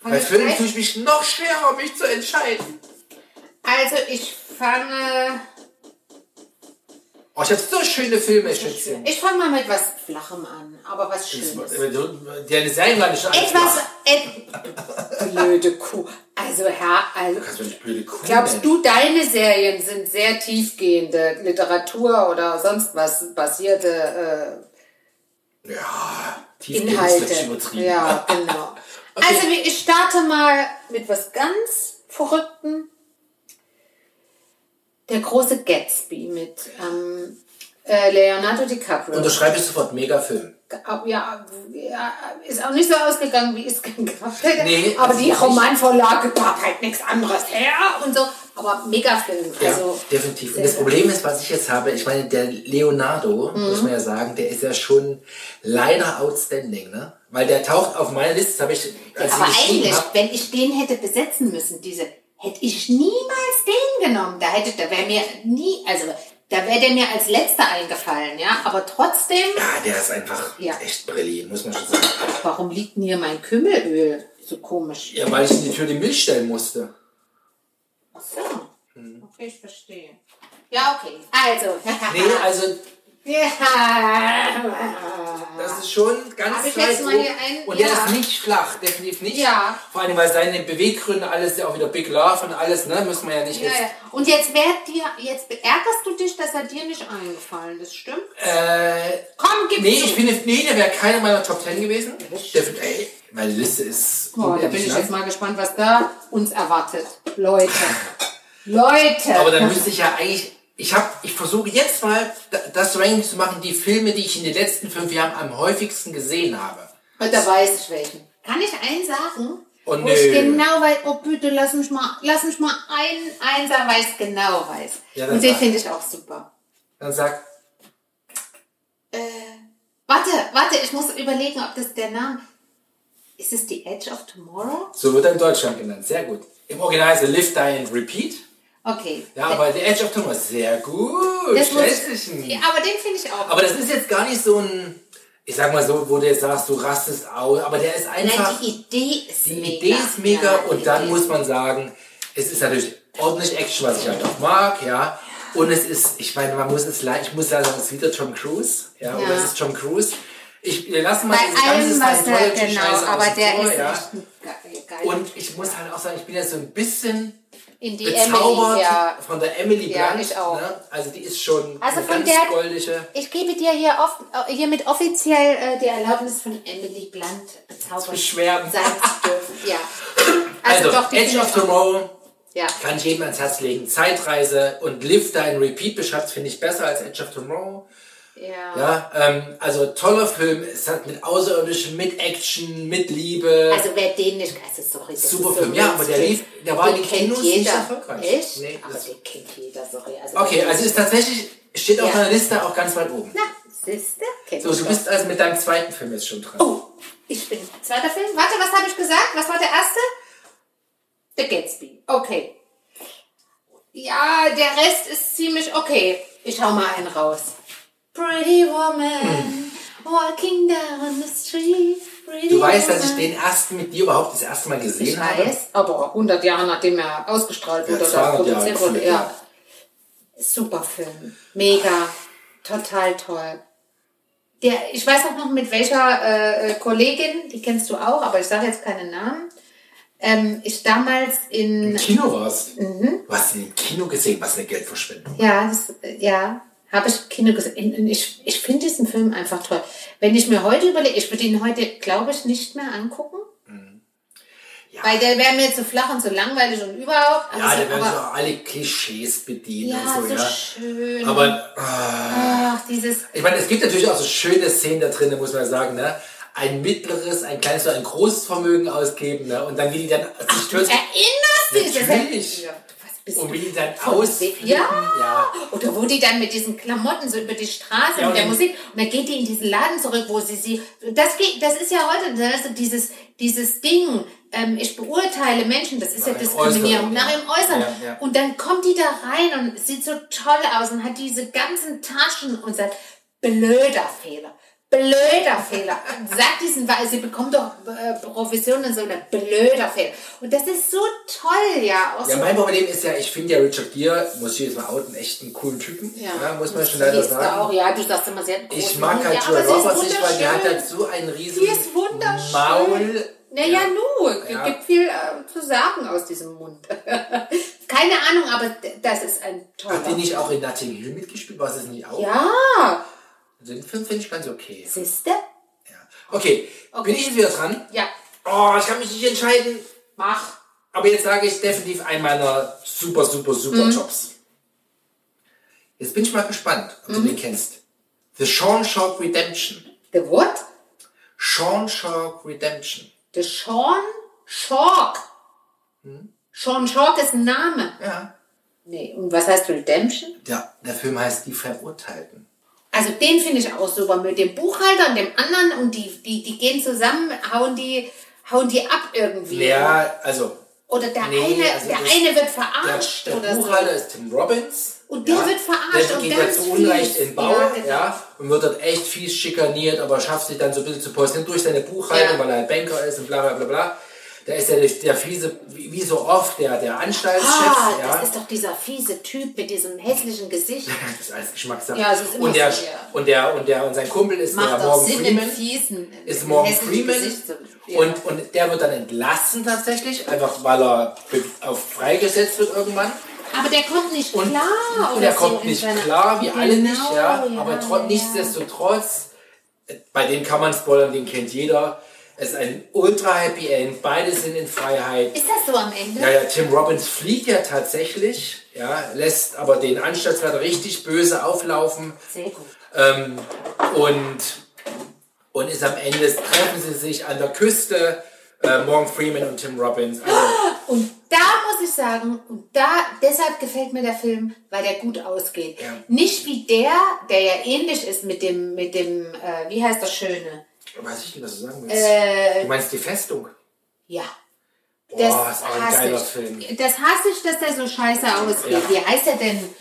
S1: Fang
S2: Bei
S1: ich
S2: Filmen
S1: gleich-
S2: tue ich mich noch schwerer, mich zu entscheiden.
S1: Also ich fange...
S2: Oh, ich habe so schöne Filme, Schätzchen.
S1: Ich fange mal mit was Flachem an, aber was Schönes.
S2: Deine Serien waren nicht schon alles
S1: Etwas.
S2: flach.
S1: Et blöde Kuh. Also, Herr, also.
S2: Kannst du nicht blöde Kuh
S1: Glaubst
S2: nennen.
S1: du, deine Serien sind sehr tiefgehende Literatur oder sonst was basierte
S2: Ja,
S1: äh,
S2: tief
S1: Inhalte?
S2: übertrieben.
S1: Ja, genau. Also, wir- ich starte mal mit was ganz Verrückten. Der große Gatsby mit ähm, äh, Leonardo DiCaprio.
S2: Unterschreibe ich sofort, mega Film.
S1: Ab- ja, ja, ist auch nicht so ausgegangen, wie ich es <laughs> gedacht hätte.
S2: Nee, also
S1: aber
S2: das
S1: die
S2: ist
S1: Romanvorlage gab halt nichts anderes her und so. Aber mega Film.
S2: Ja,
S1: also,
S2: definitiv.
S1: sehr, Mhm.
S2: Und das
S1: sehr-
S2: Problem ist, was ich jetzt habe, ich meine, der Leonardo, muss man ja sagen, der ist ja schon leider outstanding, ne? Weil der taucht auf meiner Liste, das ne? habe ich, als
S1: Aber
S2: ich geschrieben
S1: eigentlich,
S2: habe,
S1: wenn ich den hätte besetzen müssen, diese, hätte ich niemals den genommen. Da hätte, da wäre mir nie, also da wäre der mir als letzter eingefallen, ja. Aber trotzdem,
S2: ja, der ist einfach
S1: Ja.
S2: echt brillant, muss man schon sagen.
S1: warum liegt denn hier mein Kümmelöl so komisch?
S2: Ja, weil ich in die Tür die Milch stellen musste.
S1: Ach so.
S2: Hm.
S1: Okay, ich verstehe. Ja, okay. Also.
S2: Nee,
S1: <laughs>
S2: also
S1: ja.
S2: das ist schon ganz
S1: Hab ich
S2: weit
S1: jetzt mal
S2: oben.
S1: hier einen-
S2: Und
S1: ja.
S2: der ist nicht flach, definitiv nicht.
S1: Ja.
S2: Vor allem, weil seine Beweggründe, alles ja auch wieder Big Love und alles, ne, müssen wir ja nicht
S1: Ja,
S2: jetzt
S1: ja. Und jetzt werd dir, jetzt ärgerst du dich, dass er dir nicht eingefallen ist, stimmt?
S2: Äh,
S1: Komm, gib
S2: nee,
S1: zu.
S2: ich finde, nee, der wäre keiner meiner Top Ten gewesen. Der wird, ey, meine Liste ist. ne?
S1: Boah, Oh, da bin
S2: unendlich
S1: ich
S2: lang.
S1: jetzt mal gespannt, was da uns erwartet. Leute. Leute.
S2: Aber dann müsste ich ja eigentlich, ich habe, ich versuche jetzt mal da- das Ranking zu machen, die Filme, die ich in den letzten fünf Jahren am häufigsten gesehen habe.
S1: Und da weiß ich welchen. Kann ich einen sagen?
S2: Oh,
S1: Wo ich
S2: nö.
S1: genau weiß, oh bitte, lass mich mal, lass mich mal einen Einser weiß, genau weiß.
S2: Ja, dann
S1: Und den
S2: sag.
S1: finde ich auch super.
S2: Dann sag,
S1: Warte, warte, ich muss überlegen, ob das der Name... Ist es The Edge of Tomorrow?
S2: so wird er in Deutschland genannt. Sehr gut. Im Original ist er Live, Die and Repeat.
S1: Okay.
S2: Ja, aber The Edge of Tomorrow ist sehr gut.
S1: das muss
S2: Schätzchen.
S1: ich, ja, aber den finde ich auch.
S2: Aber das ist jetzt gar nicht so ein, ich sag mal so, wo du jetzt sagst, du rastest aus, aber der ist einfach.
S1: Nein, die Idee ist
S2: Die
S1: mega.
S2: Idee ist mega
S1: Ja, die
S2: und dann
S1: Idee
S2: muss man sagen, es ist natürlich ordentlich Action, was ich halt auch mag, ja. Und es ist, ich meine, man muss es leider, ich muss leider sagen, es ist wieder Tom Cruise, ja,
S1: Ja.
S2: oder es ist Tom Cruise. Ich, wir lassen mal dieses
S1: Bei allem,
S2: ganze
S1: was er genau,
S2: Scientology-Scheiße
S1: aber
S2: außen
S1: der
S2: vor,
S1: ist
S2: ja.
S1: echt ein ge- äh, geiler
S2: Und ich muss halt auch sagen, ich bin jetzt so ein bisschen
S1: in die
S2: bezaubert
S1: Emily, ja.
S2: von der Emily
S1: Ja,
S2: Blunt.
S1: ich auch.
S2: Ne? Also die ist schon
S1: Also
S2: eine
S1: von
S2: ganz
S1: der-
S2: goldige.
S1: Ich gebe dir hier oft, hiermit offiziell äh, die Erlaubnis von Emily Blunt bezaubert
S2: beschweren.
S1: sein zu dürfen. Ja.
S2: Also,
S1: doch, die
S2: Edge
S1: finde
S2: of
S1: ich auch-
S2: Tomorrow
S1: Ja.
S2: kann ich jedem ans Herz legen. Zeitreise und Live Dein Repeat beschreibt, finde ich besser als Edge of Tomorrow.
S1: Ja.
S2: Ja, ähm, also toller Film. Es hat mit Außerirdischem, mit Action, mit Liebe.
S1: Also wer den nicht, also sorry, das
S2: Super
S1: ist so
S2: Film. Ja, aber der
S1: Mainstream.
S2: lief- der war in
S1: den
S2: den
S1: kennt
S2: Kinos nicht
S1: jeder.
S2: erfolgreich.
S1: Echt?
S2: Nee,
S1: aber
S2: das-
S1: den kennt jeder, sorry. Also
S2: okay, also ist tatsächlich, steht auf
S1: Ja.
S2: meiner Liste auch ganz weit oben.
S1: Na, siehste, kennt
S2: So,
S1: ich
S2: du
S1: doch.
S2: bist also mit deinem zweiten Film jetzt schon dran.
S1: Oh, ich bin zweiter Film. Warte, was habe ich gesagt? Was war der erste? The Gatsby. Okay. Ja, der Rest ist ziemlich okay. Ich hau mal einen raus. Pretty woman walking down the street. Pretty
S2: Du weißt, dass ich
S1: woman.
S2: den ersten mit dir überhaupt das erste Mal gesehen
S1: Ich
S2: habe.
S1: weiß, aber 100 Jahre nachdem er ausgestrahlt wurde
S2: Ja,
S1: oder
S2: 200 Jahre
S1: produziert wurde.
S2: gefühlt,
S1: Ja. Super Film. Mega. Total toll. Der, ich weiß auch noch mit welcher äh, äh, Kollegin, die kennst du auch, aber ich sage jetzt keinen Namen. Ähm, ich damals
S2: Im
S1: in.
S2: Kino warst.
S1: Mhm.
S2: Du hast ihn im Kino gesehen, was eine Geldverschwendung.
S1: Ja, das, äh, ja. Habe ich Kino gesehen. In- in- Ich, ich finde diesen Film einfach toll. Wenn ich mir heute überlege, ich würde ihn heute, glaube ich, nicht mehr angucken.
S2: Mhm. Ja.
S1: Weil der wäre mir zu flach und zu langweilig und überhaupt.
S2: Ja,
S1: Also,
S2: da werden
S1: aber-
S2: so alle Klischees bedient
S1: Ja,
S2: und so,
S1: so
S2: ja.
S1: schön.
S2: Aber
S1: Ach, dieses.
S2: ich meine, es gibt natürlich auch so schöne Szenen da drin, muss man sagen, ne? Ein mittleres, ein kleines oder ein großes Vermögen ausgeben, ne? Und dann wie die dann sich stürzen
S1: Erinnerst du dich? Das
S2: Natürlich.
S1: hat- Ja, Was bist
S2: und wie
S1: du?
S2: die dann
S1: Ja.
S2: ausflippen. ja.
S1: Oder wo die dann mit diesen Klamotten so über die Straße
S2: Ja,
S1: mit der
S2: und-
S1: Musik und dann geht die in diesen Laden zurück, wo sie sie. Das geht, das ist ja heute also dieses dieses Ding. Ähm, ich beurteile Menschen, das ist ja
S2: Nach dem
S1: Diskriminierung
S2: Äußeren,
S1: nach
S2: ja.
S1: dem Äußeren.
S2: Ja, ja.
S1: Und dann kommt die da rein und sieht so toll aus und hat diese ganzen Taschen und sagt, blöder Fehler, blöder Fehler. Und sagt diesen, weil sie bekommt doch äh, Provision und so, eine blöder Fehler. Und das ist so toll, ja. Auch
S2: Ja,
S1: so
S2: mein Problem ist ja, ich finde ja Richard Gere, muss ich jetzt mal outen, echt einen coolen Typen. Ja. muss man schon leider
S1: Siehst du Auch,
S2: sagen.
S1: ja, du sagst immer, sie hat große
S2: Ich mag
S1: Hände,
S2: halt Joel
S1: aber sie ist
S2: Roberts nicht, weil der hat
S1: wunderschön.
S2: halt so einen riesen
S1: Sie ist wunderschön.
S2: Maul.
S1: Naja, nu, es
S2: Ja.
S1: gibt viel äh, zu sagen aus diesem Mund. <laughs> Keine Ahnung, aber d- das ist ein toller.
S2: Hat die nicht auch in Notting Hill mitgespielt? War es das nicht auch?
S1: ja,
S2: Den Film finde ich ganz okay.
S1: siehste?
S2: Ja. Okay, bin ich jetzt wieder dran?
S1: Ja,
S2: Oh, ich kann mich nicht entscheiden.
S1: mach.
S2: Aber jetzt sage ich definitiv einen meiner super, super, super Jobs. Jetzt bin ich mal gespannt, ob du den kennst. The Shawshank Redemption.
S1: The what?
S2: Shawshank Redemption.
S1: The Sean Shark.
S2: Hm?
S1: Sean Shark ist ein Name.
S2: Ja.
S1: Nee, und was heißt Redemption?
S2: Der, der Film heißt Die Verurteilten.
S1: Also den finde ich auch super mit dem Buchhalter und dem anderen und die, die, die gehen zusammen, hauen die, hauen die ab irgendwie.
S2: Ja, also
S1: Oder der
S2: Nee,
S1: eine,
S2: also
S1: der
S2: das-
S1: eine wird
S2: der,
S1: verarscht
S2: der
S1: oder so.
S2: Buchhalter ist Tim Robbins.
S1: Und der wird verarscht
S2: der
S1: und
S2: geht
S1: ganz
S2: ja zu Unrecht
S1: fies.
S2: in Bauer,
S1: Ja,
S2: ja,
S1: genau.
S2: und wird dort echt fies schikaniert, aber schafft sich dann so ein bisschen zu posten durch seine Buchhaltung,
S1: Ja.
S2: weil er ein Banker ist und bla bla bla bla. Da ist der, der fiese, wie wie so oft, der, der Anstaltschef.
S1: Ah,
S2: ja.
S1: das ist doch dieser fiese Typ mit diesem hässlichen Gesicht.
S2: Das ist alles Geschmackssache.
S1: Ja, es ist immer
S2: und, der,
S1: so, ja.
S2: und der und der und sein Kumpel ist
S1: Macht
S2: der
S1: auch
S2: Morgan
S1: Sinn
S2: Freeman.
S1: im fiesen, im-
S2: Ist
S1: im
S2: Morgan
S1: hässlichen
S2: Freeman
S1: Gesicht zu- ja.
S2: und, und der wird dann entlassen tatsächlich, einfach weil er be- auf freigesetzt wird irgendwann.
S1: Aber der kommt nicht
S2: Und,
S1: klar.
S2: und er
S1: oder
S2: kommt
S1: so in
S2: nicht
S1: seiner-
S2: klar, wie alle
S1: Genau,
S2: nicht, ja. aber tro-
S1: ja.
S2: nichtsdestotrotz, äh, bei dem kann man spoilern, den kennt jeder. Es ist ein ultra happy end, beide sind in Freiheit.
S1: Ist das so am Ende?
S2: Ja, ja, Tim Robbins fliegt ja tatsächlich, ja, lässt aber den Anstaltsleiter richtig böse auflaufen
S1: Sehr gut.
S2: ähm, und, und ist am Ende, treffen sie sich an der Küste, äh, Morgan Freeman und Tim Robbins.
S1: <gasps>
S2: Also,
S1: Und da muss ich sagen, und da, deshalb gefällt mir der Film, weil der gut ausgeht.
S2: Ja.
S1: Nicht wie der, der ja ähnlich ist mit dem, mit dem, äh, wie heißt das Schöne?
S2: weiß ich nicht, was du sagen willst. du meinst die Festung?
S1: Ja.
S2: Boah,
S1: Äh, Das
S2: ist auch ein
S1: hasse
S2: geiler
S1: ich.
S2: Film.
S1: Das hasse ich, dass der so scheiße ausgeht.
S2: Ja.
S1: Wie heißt er denn?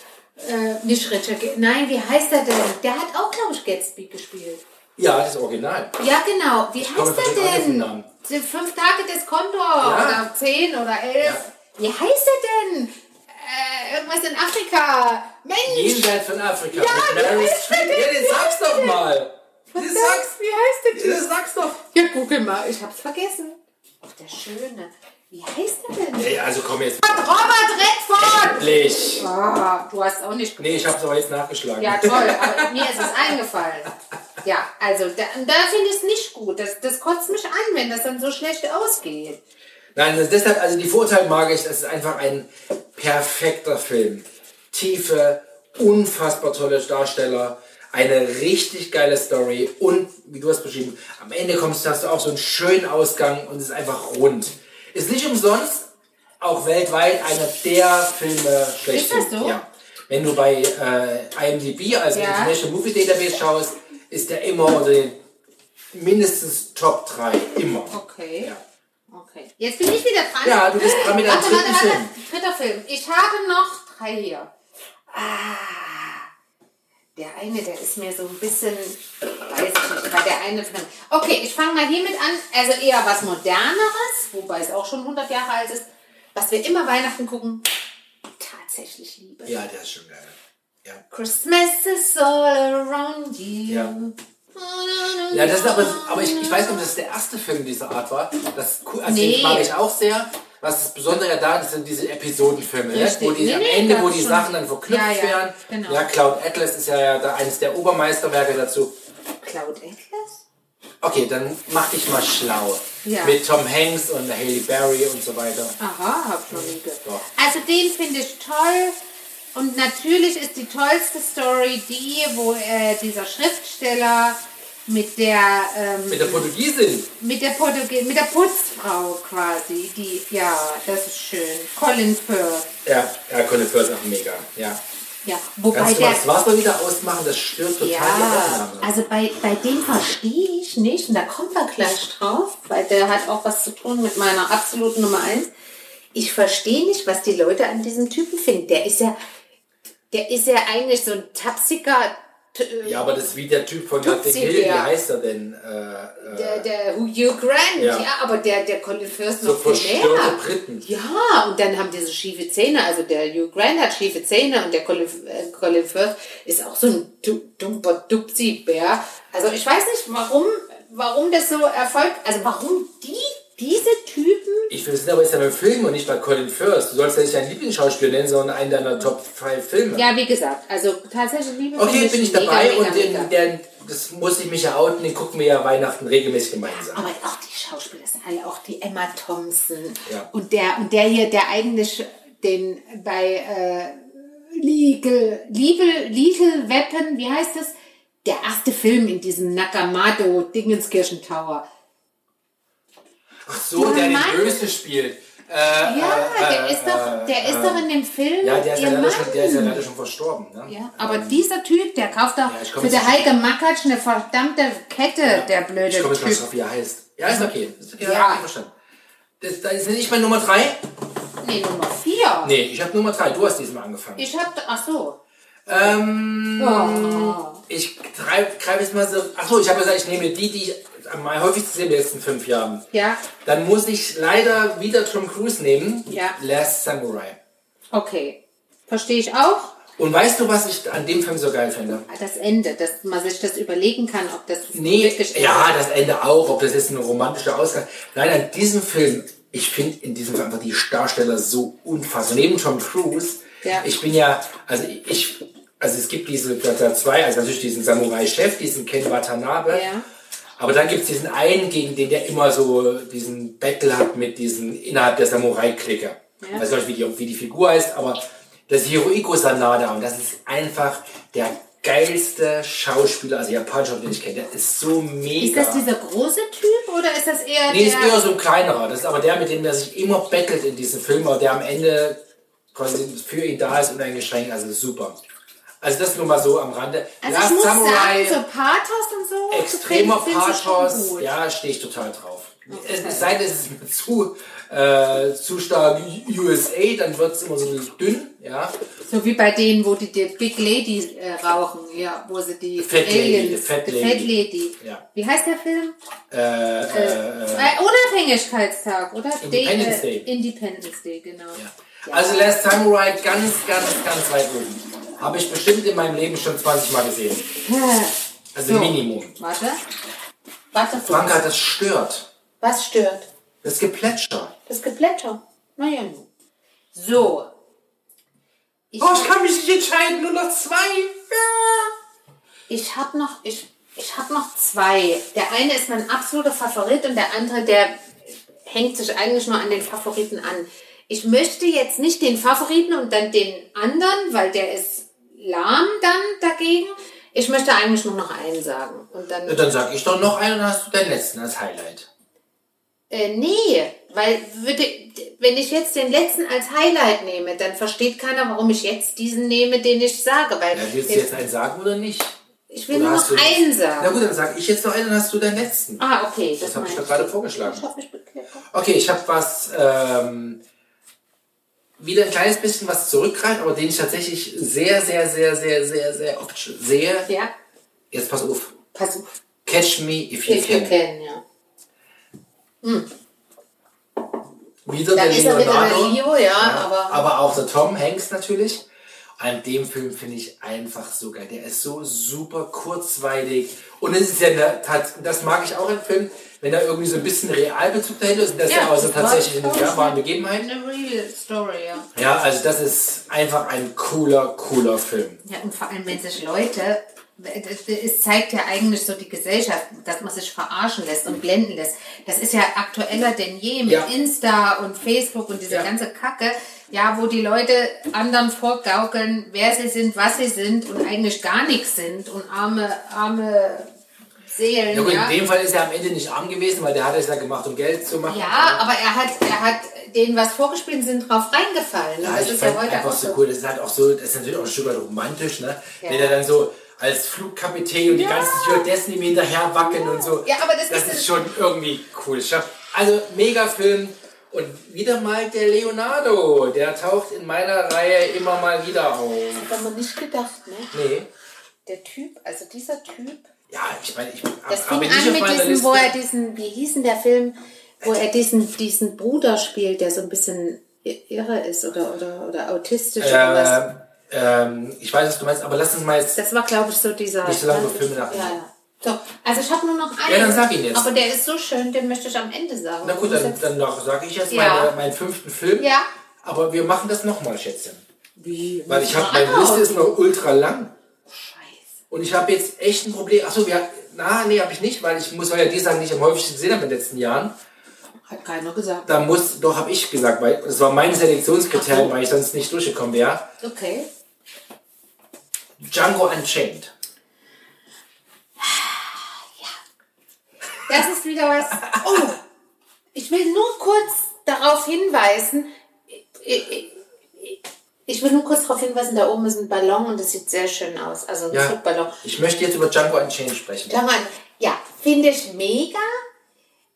S1: Äh, nicht Richard, Ge- nein, wie heißt er denn? Der hat auch, glaube ich, Gatsby gespielt.
S2: Ja, das Original.
S1: Ja, genau. Wie
S2: komme
S1: heißt
S2: direkt
S1: er
S2: auf den
S1: denn?
S2: Namen.
S1: Die Fünf Tage des Kondor oder zehn oder elf.
S2: Ja.
S1: Wie heißt er denn? Äh, irgendwas in Afrika. Mensch!
S2: Jenseits von Afrika. mit Meryl Streep. Ja, den sag's doch mal. Den sag's,
S1: wie heißt der
S2: den sag's doch.
S1: Ja, google mal, ich hab's vergessen. Ach, der Schöne. Wie heißt er denn?
S2: Ey, also komm jetzt.
S1: Robert Redford!
S2: Endlich.
S1: Ah, du hast auch nicht
S2: Nee, ich hab's aber jetzt nachgeschlagen.
S1: Ja, toll, aber mir ist es eingefallen. Ja, also da, da finde ich es nicht gut. Das, das kotzt mich an, wenn das dann so schlecht ausgeht.
S2: Nein, das- deshalb, also die Vorurteile mag ich, das ist einfach ein perfekter Film. Tiefe, unfassbar tolle Darsteller, eine richtig geile Story und, wie du hast beschrieben, am Ende kommst du, hast du auch so einen schönen Ausgang und es ist einfach rund. Ist nicht umsonst auch weltweit einer der Filme schlechthin.
S1: das so?
S2: Ja. Wenn du bei äh, IMDb, also
S1: Ja.
S2: International Movie Database schaust, ist der immer unter den mindestens Top 3. Immer.
S1: Okay.
S2: Ja.
S1: Okay. Jetzt bin ich wieder dran.
S2: Ja, du bist dran mit einem
S1: warte, warte,
S2: dritten
S1: warte.
S2: Film.
S1: Dritter Film. Ich habe noch drei hier. Ah, der eine, der ist mir so ein bisschen, weiß ich nicht, war der eine fremd. Okay, ich fange mal hiermit an. Also eher was Moderneres, wobei es auch schon 100 Jahre alt ist. Was wir immer Weihnachten gucken, tatsächlich liebe.
S2: Ja, der ist schon geil. Ja.
S1: Christmas is all around you.
S2: Ja. Ja, das ist aber, aber ich, ich weiß nicht, ob das der erste Film dieser Art war. Das cool- also
S1: Nee.
S2: den mag ich auch sehr. Was das Besondere ja da ist, sind diese Episodenfilme, ne?
S1: Richtig.
S2: wo die
S1: Nee,
S2: am
S1: nee,
S2: Ende,
S1: das
S2: wo
S1: ist
S2: die
S1: schon-
S2: Sachen dann verknüpft
S1: Ja, ja,
S2: werden.
S1: genau.
S2: Ja, Cloud Atlas ist ja, ja da eines der Obermeisterwerke dazu.
S1: Cloud Atlas?
S2: Okay, dann mach dich mal schlau.
S1: Ja.
S2: Mit Tom Hanks und Haley Berry und so weiter.
S1: Aha, hab schon nie gehört.
S2: Doch.
S1: Also den finde ich toll. Und natürlich ist die tollste Story die, wo äh, dieser Schriftsteller mit der ähm,
S2: Mit der Portugiesin.
S1: mit der Portugie mit der Putzfrau quasi, die ja, das ist schön. Colin Firth.
S2: Ja, ja, Colin Firth auch mega. Ja.
S1: Ja, wobei
S2: Kannst du
S1: der
S2: mal das Wasser wieder ausmachen? Das stört total die
S1: Ja,
S2: Aufnahme.
S1: also bei, bei dem verstehe ich nicht, und da kommen wir gleich drauf, weil der hat auch was zu tun mit meiner absoluten Nummer eins. Ich verstehe nicht, was die Leute an diesem Typen finden. Der ist ja, der ist ja eigentlich so ein tapsiger, t-
S2: Ja, aber das ist wie der Typ von
S1: Tutsi,
S2: Notting Hill, wie
S1: der-
S2: heißt er denn? Äh, äh,
S1: der, der Hugh Grant, ja,
S2: Ja.
S1: aber der, der Colin Firth
S2: so
S1: noch viel
S2: verstörte
S1: mehr.
S2: Briten.
S1: Ja, und dann haben die so schiefe Zähne. Also der Hugh Grant hat schiefe Zähne und der Colin, äh, Colin Firth ist auch so ein du- dumper Dupsi-Bär. Also ich weiß nicht, warum, warum das so erfolgt. Also warum die, diese Typen.
S2: Ich will wissen, aber ist ja beim Film und nicht bei Colin Firth. Du sollst ja nicht deinen Lieblingsschauspieler nennen, sondern einen deiner Top 5 Filme.
S1: Ja, wie gesagt, also tatsächlich liebe
S2: okay,
S1: Filme
S2: bin ich
S1: sind mega,
S2: dabei
S1: mega,
S2: und
S1: mega.
S2: den, der, das muss ich mich ja outen, den gucken wir ja Weihnachten regelmäßig gemeinsam.
S1: aber auch die Schauspieler sind alle, auch die Emma Thompson
S2: Ja.
S1: und der und der hier, der eigentlich den bei äh, Legal, Legal, Legal Weapon, wie heißt das? Der erste Film in diesem Nakamoto Dingenskirchen Tower.
S2: Ach so, der den
S1: Mann.
S2: Bösen spielt. Äh,
S1: Ja, der ist doch, der ist doch in dem Film.
S2: Ja, der ist ja,
S1: ihr
S2: leider schon, der ist ja
S1: Mann.
S2: leider schon verstorben. Ne?
S1: Ja, aber dieser Typ, der kauft doch
S2: ich komm
S1: für
S2: jetzt
S1: der Heike Makatsch eine verdammte Kette, der blöde
S2: Ich komme jetzt mal
S1: Typ.
S2: drauf, wie er heißt. Ja, ist okay. Ist okay,
S1: Ja.
S2: hab ich verstanden. Das, das ist nicht meine Nummer 3?
S1: Nee, Nummer 4.
S2: Nee, ich habe Nummer 3. Du hast diesmal angefangen.
S1: Ich hab, ach so.
S2: Ähm,
S1: Oh.
S2: Ich greife greif jetzt mal so. Achso, ich habe gesagt, ich nehme die, die ich am häufigsten sehe in den letzten fünf Jahren.
S1: Ja,
S2: Dann muss ich leider wieder Tom Cruise nehmen.
S1: Ja.
S2: Last Samurai.
S1: okay. Verstehe ich auch. Ah,
S2: Und weißt du, was ich an dem Film so geil finde?
S1: Das Ende, dass man sich das überlegen kann, ob das
S2: Nee,
S1: wirklich
S2: ja, das Ende auch, ob das jetzt ein romantischer Ausgang. Nein, an diesem Film, ich finde in diesem Film einfach die Darsteller so unfassbar. Neben Tom Cruise,
S1: Ja.
S2: ich bin ja, also ich, also es gibt diese Platz 2, also natürlich diesen Samurai-Chef, diesen Ken Watanabe.
S1: Ja.
S2: Aber dann gibt es diesen einen, gegen den der immer so diesen Battle hat mit diesen innerhalb der Samurai-Clique. Ich weiß nicht, wie die, wie die Figur heißt, aber das ist Hirohiko Sanada und das ist einfach der geilste Schauspieler, also japanischer, den ich kenne. Der ist so mega.
S1: Ist das dieser große Typ oder ist das eher
S2: Nee,
S1: der...
S2: ist eher so ein kleinerer. Das ist aber der, mit dem er sich immer bettelt in diesem Film, aber der am Ende quasi für ihn da ist und ein Geschenk. Also super. Also das nur mal so am Rande.
S1: also ich muss sagen, so Pathos und so. zu
S2: extremer
S1: kriegen, sind sie schon
S2: Pathos.
S1: gut.
S2: Ja, stehe ich total drauf. Es, es sei denn, es ist mir zu, äh, zu stark USA, dann wird es immer so dünn. Ja.
S1: So wie bei denen, wo die, die Big Lady äh, rauchen, ja, wo sie die
S2: Fat Lady,
S1: Aliens,
S2: die Fat
S1: die
S2: Lady.
S1: Fat Lady.
S2: Ja.
S1: Wie heißt der Film?
S2: Äh, äh, äh,
S1: Äh, Unabhängigkeitstag, oder?
S2: Independence
S1: Day, äh,
S2: Day.
S1: Independence Day, genau.
S2: ja. Also Last Samurai ganz, ganz, ganz weit oben. Habe ich bestimmt in meinem Leben schon 20 Mal gesehen. Also
S1: So.
S2: Minimum.
S1: Warte. Warte kurz.
S2: Franka, das stört.
S1: Was stört?
S2: Das Geplätscher.
S1: Das Geplätter. Naja, nun. So. Ich,
S2: Oh, ich kann mich nicht entscheiden, nur noch zwei.
S1: ich habe noch, ich, ich hab noch zwei. Der eine ist mein absoluter Favorit und der andere, der hängt sich eigentlich nur an den Favoriten an. Ich möchte jetzt nicht den Favoriten und dann den anderen, weil der ist lahm dann dagegen. Ich möchte eigentlich nur noch einen sagen. Und dann.
S2: Ja, Dann sag ich doch noch einen, dann hast du deinen letzten als Highlight.
S1: Äh, nee, weil würde, wenn ich jetzt den letzten als Highlight nehme, dann versteht keiner, warum ich jetzt diesen nehme, den ich sage. Weil
S2: Ja, willst du
S1: jetzt-
S2: jetzt einen sagen oder nicht?
S1: ich will
S2: Oder
S1: nur
S2: hast
S1: noch
S2: du-
S1: einen
S2: Na
S1: sagen.
S2: gut, dann sag ich jetzt noch einen, dann hast du deinen letzten.
S1: Ah, okay, das,
S2: Das habe ich
S1: meine
S2: doch
S1: ich.
S2: gerade vorgeschlagen.
S1: Ich hab mich bekleckert.
S2: Okay, ich habe was, ähm, wieder ein kleines bisschen was zurückgreift, aber den ich tatsächlich sehr, sehr, sehr, sehr, sehr, sehr oft sehe.
S1: Ja,
S2: Jetzt pass auf.
S1: pass auf.
S2: Catch me if you
S1: Ich
S2: can.
S1: kennen, ja.
S2: Wieder
S1: Da
S2: der
S1: ist er wieder
S2: Leonardo.
S1: der Leo, ja, aber-
S2: aber auch der Tom Hanks natürlich. An dem Film finde ich einfach so geil. Der ist so super kurzweilig. Und es ist ja, eine, tat- das mag ich auch im Film, wenn da irgendwie so ein bisschen Realbezug dahinter ist. Und das ja, ist ja
S1: Ja,
S2: auch so
S1: das war-
S2: tatsächlich eine
S1: das war-
S2: wahre Begebenheit.
S1: Eine real story, ja.
S2: Ja, also das ist einfach ein cooler, cooler Film.
S1: Ja, und vor allem, wenn sich Leute, es zeigt ja eigentlich so die Gesellschaft, dass man sich verarschen lässt und blenden lässt. Das ist ja aktueller denn je mit
S2: Ja.
S1: Insta und Facebook und diese
S2: Ja.
S1: ganze Kacke. Ja, wo die Leute anderen vorgaukeln, wer sie sind, was sie sind und eigentlich gar nichts sind und arme, arme Seelen.
S2: Ja, gut,
S1: ja.
S2: in dem Fall ist er am Ende nicht arm gewesen, weil der hat es ja gemacht, um Geld zu machen.
S1: ja, aber er hat, er hat denen was vorgespielt und sind drauf reingefallen.
S2: Ja,
S1: und Also das
S2: ich
S1: ist
S2: fand
S1: ja heute
S2: einfach
S1: auch
S2: so
S1: so.
S2: cool. Das ist halt auch so, das ist natürlich auch ein Stück weit romantisch, ne?
S1: Ja.
S2: Wenn er dann so als Flugkapitän und die ganzen Stewardessen ihm hinterher wackeln und so.
S1: Ja, aber das ist-
S2: ist schon irgendwie cool. Ich hab, also mega Film. Und wieder mal der Leonardo, der taucht in meiner Reihe immer mal wieder auf.
S1: Hat man nicht gedacht, ne?
S2: Nee.
S1: Der Typ, also dieser Typ,
S2: Ja, ich meine, ich
S1: Das fing
S2: aber nicht auf
S1: an mit
S2: meiner
S1: diesem,
S2: Liste.
S1: wo er diesen, wie hieß denn der Film, wo er diesen, diesen Bruder spielt, der so ein bisschen i- irre ist oder, oder, oder autistisch oder was.
S2: äh, ähm, ich weiß, was du meinst, aber lass uns mal jetzt.
S1: Das war, glaube ich, so dieser.
S2: Nicht so lange über Filme nachdenken.
S1: Ja, ja. So, also ich habe nur noch einen.
S2: Ja, dann sag ihn jetzt.
S1: Aber der ist so schön, den möchte ich am Ende sagen.
S2: Na gut, dann, dann sage ich jetzt
S1: Ja.
S2: meine, meinen fünften Film.
S1: Ja.
S2: Aber wir machen das nochmal, Schätzchen.
S1: Wie?
S2: Weil ich habe, meine Liste ist noch ultra lang.
S1: Scheiße.
S2: Und ich habe jetzt echt ein Problem. Achso, wir, na, nee, habe ich nicht, weil ich muss ja die Sachen nicht am häufigsten gesehen haben in den letzten Jahren.
S1: Hat keiner gesagt.
S2: Da muss, doch, habe ich gesagt, weil es war mein Selektionskriterium, weil ich sonst nicht durchgekommen wäre.
S1: Okay.
S2: Django Unchained.
S1: Das ist wieder was. Oh! Ich will nur kurz darauf hinweisen, ich, ich- ich will nur kurz darauf hinweisen, da oben ist ein Ballon und das sieht sehr schön aus. Also ein
S2: Ja.
S1: Zugballon.
S2: Ich möchte jetzt über Django Unchained sprechen.
S1: Klammer, ja, finde ich mega.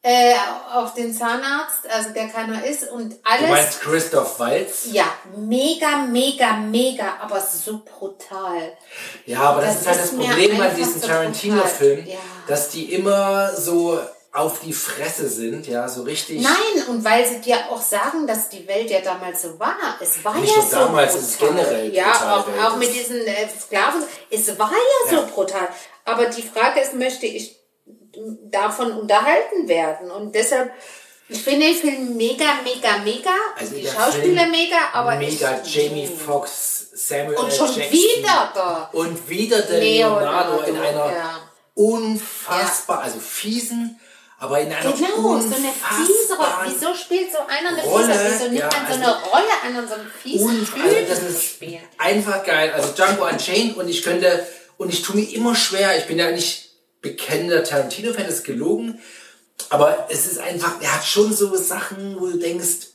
S1: Äh, auf den Zahnarzt, also der keiner ist und
S2: Du
S1: alles.
S2: meinst Christoph Waltz?
S1: ja, mega, mega, mega, aber so brutal.
S2: Ja, aber das,
S1: Das
S2: ist halt
S1: ist
S2: das
S1: mir
S2: Problem an
S1: einfach
S2: diesen
S1: so
S2: Tarantino-Filmen,
S1: brutal, ja.
S2: dass die immer so auf die Fresse sind, ja, so richtig.
S1: Nein, und weil sie dir auch sagen, dass die Welt ja damals so war. Es war
S2: Nicht
S1: ja
S2: nur
S1: so
S2: damals,
S1: brutal.
S2: es ist generell
S1: ja,
S2: brutal, Welt.
S1: auch, auch mit diesen äh, Sklaven. Es war ja, so brutal. Aber die Frage ist, möchte ich davon unterhalten werden? Und deshalb, ich finde den Film mega, mega, mega.
S2: Also
S1: die
S2: der
S1: Schauspieler
S2: Film,
S1: mega, aber
S2: mega
S1: ich,
S2: Jamie Foxx, Samuel
S1: Und
S2: L.
S1: schon
S2: Jackson.
S1: wieder da.
S2: Und wieder der
S1: Leonardo,
S2: Leonardo, in einer
S1: ja.
S2: unfassbar, also fiesen, aber in einer
S1: Genau, so eine fiese Rolle.
S2: unfassbaren
S1: Wieso spielt so einer eine
S2: Rolle,
S1: fiese Wieso nimmt
S2: ja,
S1: man so
S2: also-
S1: eine Rolle an und so einen fiesen
S2: Und also das
S1: Typen zu
S2: ist
S1: spielen?
S2: einfach geil. Also Django Unchained und ich könnte, und ich tue mir immer schwer, ich bin ja nicht bekennender Tarantino-Fan, das ist gelogen, aber es ist einfach, er hat schon so Sachen, wo du denkst,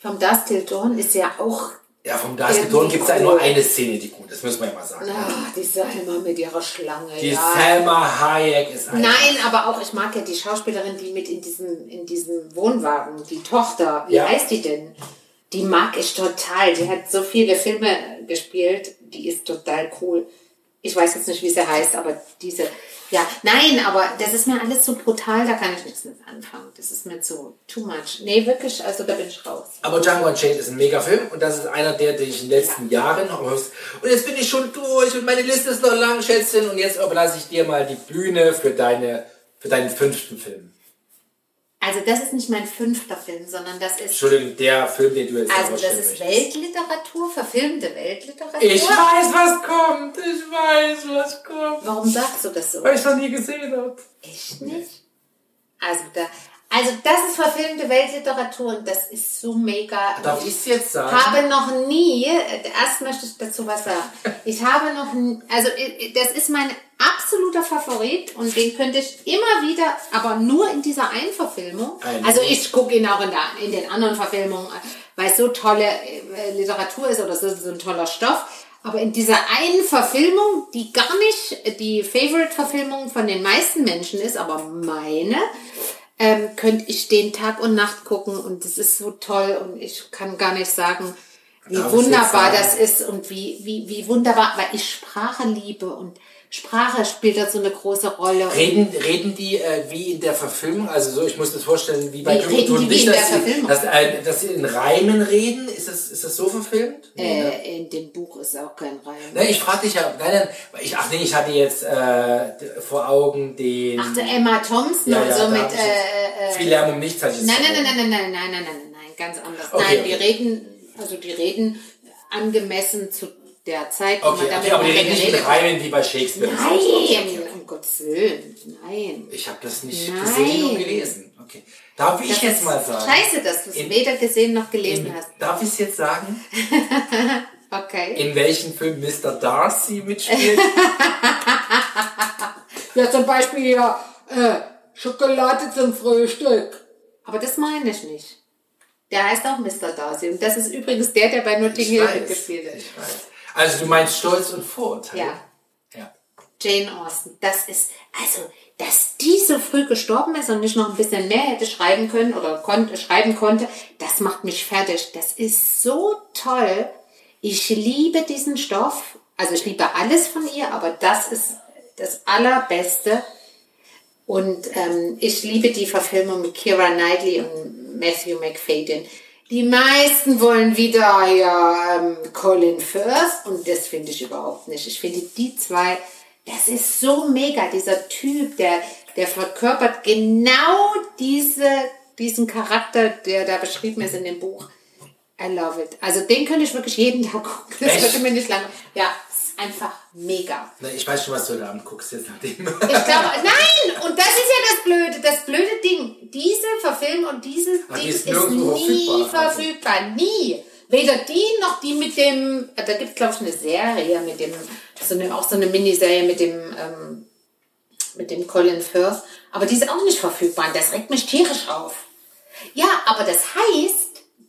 S1: Vom Dust Till Dawn ist ja auch
S2: ja, vom Dark
S1: Irgendwie
S2: Dawn gibt es ja
S1: cool.
S2: nur eine Szene, die gut ist, müssen wir ja mal sagen.
S1: Ah, die Selma mit ihrer Schlange.
S2: Die
S1: ja.
S2: Selma Hayek ist einfach...
S1: Nein, aber auch ich mag ja die Schauspielerin, die mit in diesem, in diesem Wohnwagen, die Tochter, wie
S2: Ja.
S1: heißt die denn? Die mag ich total. Die hat so viele Filme gespielt, die ist total cool. Ich weiß jetzt nicht, wie sie heißt, aber diese. Ja, nein, aber das ist mir alles so brutal, da kann ich nichts mit anfangen. Das ist mir zu too much. Nee, wirklich, also da bin ich raus.
S2: Aber Django Unchained ist ein mega Film und das ist einer der, den ich in den letzten Jahren noch am höchsten- Und jetzt bin ich schon durch und meine Liste ist noch lang, Schätzchen. Und jetzt überlasse ich dir mal die Bühne für, deine, für deinen fünften Film.
S1: Also das ist nicht mein fünfter Film, sondern das ist
S2: Entschuldigung, der Film, den du jetzt
S1: Also das
S2: herausstellen
S1: ist
S2: möchtest.
S1: Weltliteratur, verfilmte Weltliteratur.
S2: Ich weiß, was kommt. Ich weiß, was kommt.
S1: Warum sagst du das so?
S2: Weil ich es noch nie gesehen habe.
S1: Echt nicht? Also, da, also das ist verfilmte Weltliteratur und das ist so mega.
S2: Darf ich es jetzt sagen?
S1: habe noch nie, äh, erst möchte ich dazu was sagen. Ich habe noch, n- also äh, das ist mein absoluter Favorit und den könnte ich immer wieder, aber nur in dieser einen Verfilmung.
S2: Ein-
S1: Also ich gucke ihn auch in, der, in den anderen Verfilmungen, äh, weil es so tolle äh, Literatur ist oder so, so ein toller Stoff. Aber in dieser einen Verfilmung, die gar nicht die Favorite-Verfilmung von den meisten Menschen ist, aber meine, ähm, könnte ich den Tag und Nacht gucken und das ist so toll und ich kann gar nicht sagen, wie
S2: Darf ich
S1: wunderbar
S2: jetzt
S1: das
S2: sagen?
S1: ist und wie, wie, wie wunderbar, weil ich Sprache liebe und Sprache spielt da so eine große Rolle.
S2: Reden, reden die äh, wie in der Verfilmung? Also so, ich muss das vorstellen, wie bei
S1: Wie reden
S2: Joko und
S1: die wie in
S2: ich, dass,
S1: der
S2: sie-
S1: Verfilmung?
S2: dass, äh, dass sie in Reimen reden. Ist das, ist das so verfilmt? Nee, ne?
S1: äh, in dem Buch ist auch kein Reim.
S2: Ne, ich frage dich ja, nein, nein, weil ich, ach nee, ich hatte jetzt äh, d- vor Augen den
S1: Ach, der Emma Thompson und so
S2: da
S1: mit.
S2: hab ich
S1: Äh, äh,
S2: jetzt viel Lärm um nichts. Hatte ich jetzt
S1: Nein,
S2: vor
S1: nein,
S2: Augen.
S1: nein, nein, nein, nein, nein, nein, nein, nein, ganz anders.
S2: Okay,
S1: nein, die
S2: okay.
S1: reden, also die reden angemessen zu der Zeit, wo
S2: Okay, okay, aber die reden nicht in
S1: hat.
S2: Reimen wie bei Shakespeare.
S1: Nein, um Gottes Willen, nein.
S2: Ich habe das nicht
S1: Nein.
S2: gesehen und gelesen. Okay. Darf ich
S1: Das
S2: jetzt
S1: ist
S2: mal sagen?
S1: Scheiße, dass du es
S2: In-
S1: weder gesehen noch gelesen
S2: In,
S1: hast.
S2: darf ich jetzt sagen,
S1: Okay.
S2: in welchem Film Mr. Darcy
S1: <laughs>
S2: mitspielt?
S1: Ja, zum Beispiel ja, äh, Schokolade zum Frühstück. Aber das meine ich nicht. Der heißt auch Mr. Darcy. Und das ist übrigens der, der bei Notting
S2: ich
S1: Hill
S2: weiß,
S1: mitgespielt hat.
S2: ich weiß. Also du meinst Stolz und Vorurteil?
S1: Ja.
S2: ja.
S1: Jane Austen. Das ist, also, dass die so früh gestorben ist und nicht noch ein bisschen mehr hätte schreiben können oder konnte, schreiben konnte, das macht mich fertig. Das ist so toll. Ich liebe diesen Stoff. Also ich liebe alles von ihr, aber das ist das Allerbeste. Und ähm, ich liebe die Verfilmung mit Kira Knightley und Matthew McFadden. Die meisten wollen wieder ja, ähm, Colin Firth und das finde ich überhaupt nicht. Ich finde die zwei, das ist so mega, dieser Typ, der, der verkörpert genau diese, diesen Charakter, der da beschrieben ist in dem Buch. I love it. Also den könnte ich wirklich jeden Tag gucken. Das
S2: Echt?
S1: würde mir nicht lange. Ja, ist einfach mega.
S2: Na, Ich weiß schon, was du heute Abend guckst jetzt
S1: <laughs>
S2: nach dem.
S1: Ich glaube, nein! Und das ist ja das Blöde, das blöde Ding. Diese Verfilmung und dieses
S2: Ah, die
S1: Ding
S2: ist
S1: ist,
S2: nirgendwo
S1: nie
S2: verfügbar. also.
S1: verfügbar. Nie. Weder die noch die mit dem, da gibt es glaube ich eine Serie mit dem, so eine, auch so eine Miniserie mit dem, ähm, mit dem Colin Firth. Aber die ist auch nicht verfügbar. Und Das regt mich tierisch auf. Ja, aber das heißt,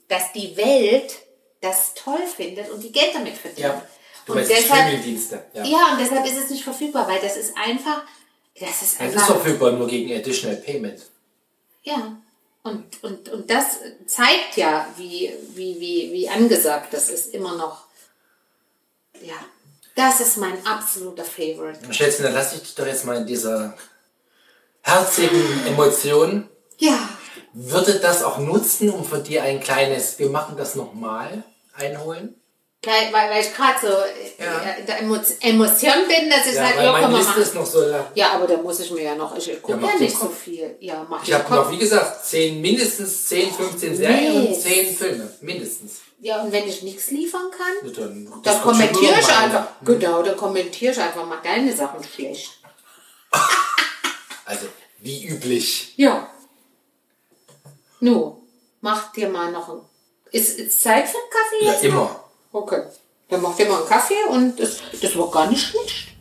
S1: dass die Welt das toll findet und die Geld damit verdient.
S2: Ja. Du
S1: und
S2: meinst die
S1: deshalb,
S2: Streaming-Dienste. Ja.
S1: ja. und deshalb ist es nicht verfügbar, weil das ist einfach, das ist
S2: Es
S1: einfach,
S2: ist verfügbar nur gegen Additional Payment.
S1: ja. Und, und, und das zeigt ja, wie, wie, wie, wie angesagt das ist immer noch. Ja, das ist mein absoluter Favorite.
S2: Schätzchen, dann lass ich dich doch jetzt mal in dieser herzigen Emotion.
S1: Ja,
S2: Würde das auch nutzen, um von dir ein kleines, wir machen das nochmal, einholen?
S1: weil, weil weil ich gerade so äh,
S2: Ja.
S1: äh, in der Emo- Emotion bin, dass ich
S2: Ja,
S1: sage,
S2: weil
S1: ja,
S2: meine
S1: komm mal
S2: Liste
S1: machen.
S2: ist noch so lang.
S1: Ja, aber da muss ich mir ja noch, ich gucke
S2: mach
S1: ja,
S2: den
S1: nicht so
S2: Kopf.
S1: viel. Ja, mach
S2: Ich habe
S1: den Kopf.
S2: noch, wie gesagt, 10, mindestens 10, 15 Serien und
S1: Mist.
S2: 10 Filme. Mindestens.
S1: Ja, und wenn ich nichts liefern kann,
S2: Dann,
S1: dann kommentiere ich einfach.
S2: mal.
S1: Genau, dann kommentiere ich einfach mal deine Sachen schlecht.
S2: Also, wie üblich.
S1: Ja. Nu, mach dir mal noch ein. Ist, ist Zeit für einen Kaffee
S2: Ja,
S1: jetzt?
S2: immer.
S1: Okay. Dann mach dir mal einen Kaffee und das, das war gar nicht schlecht.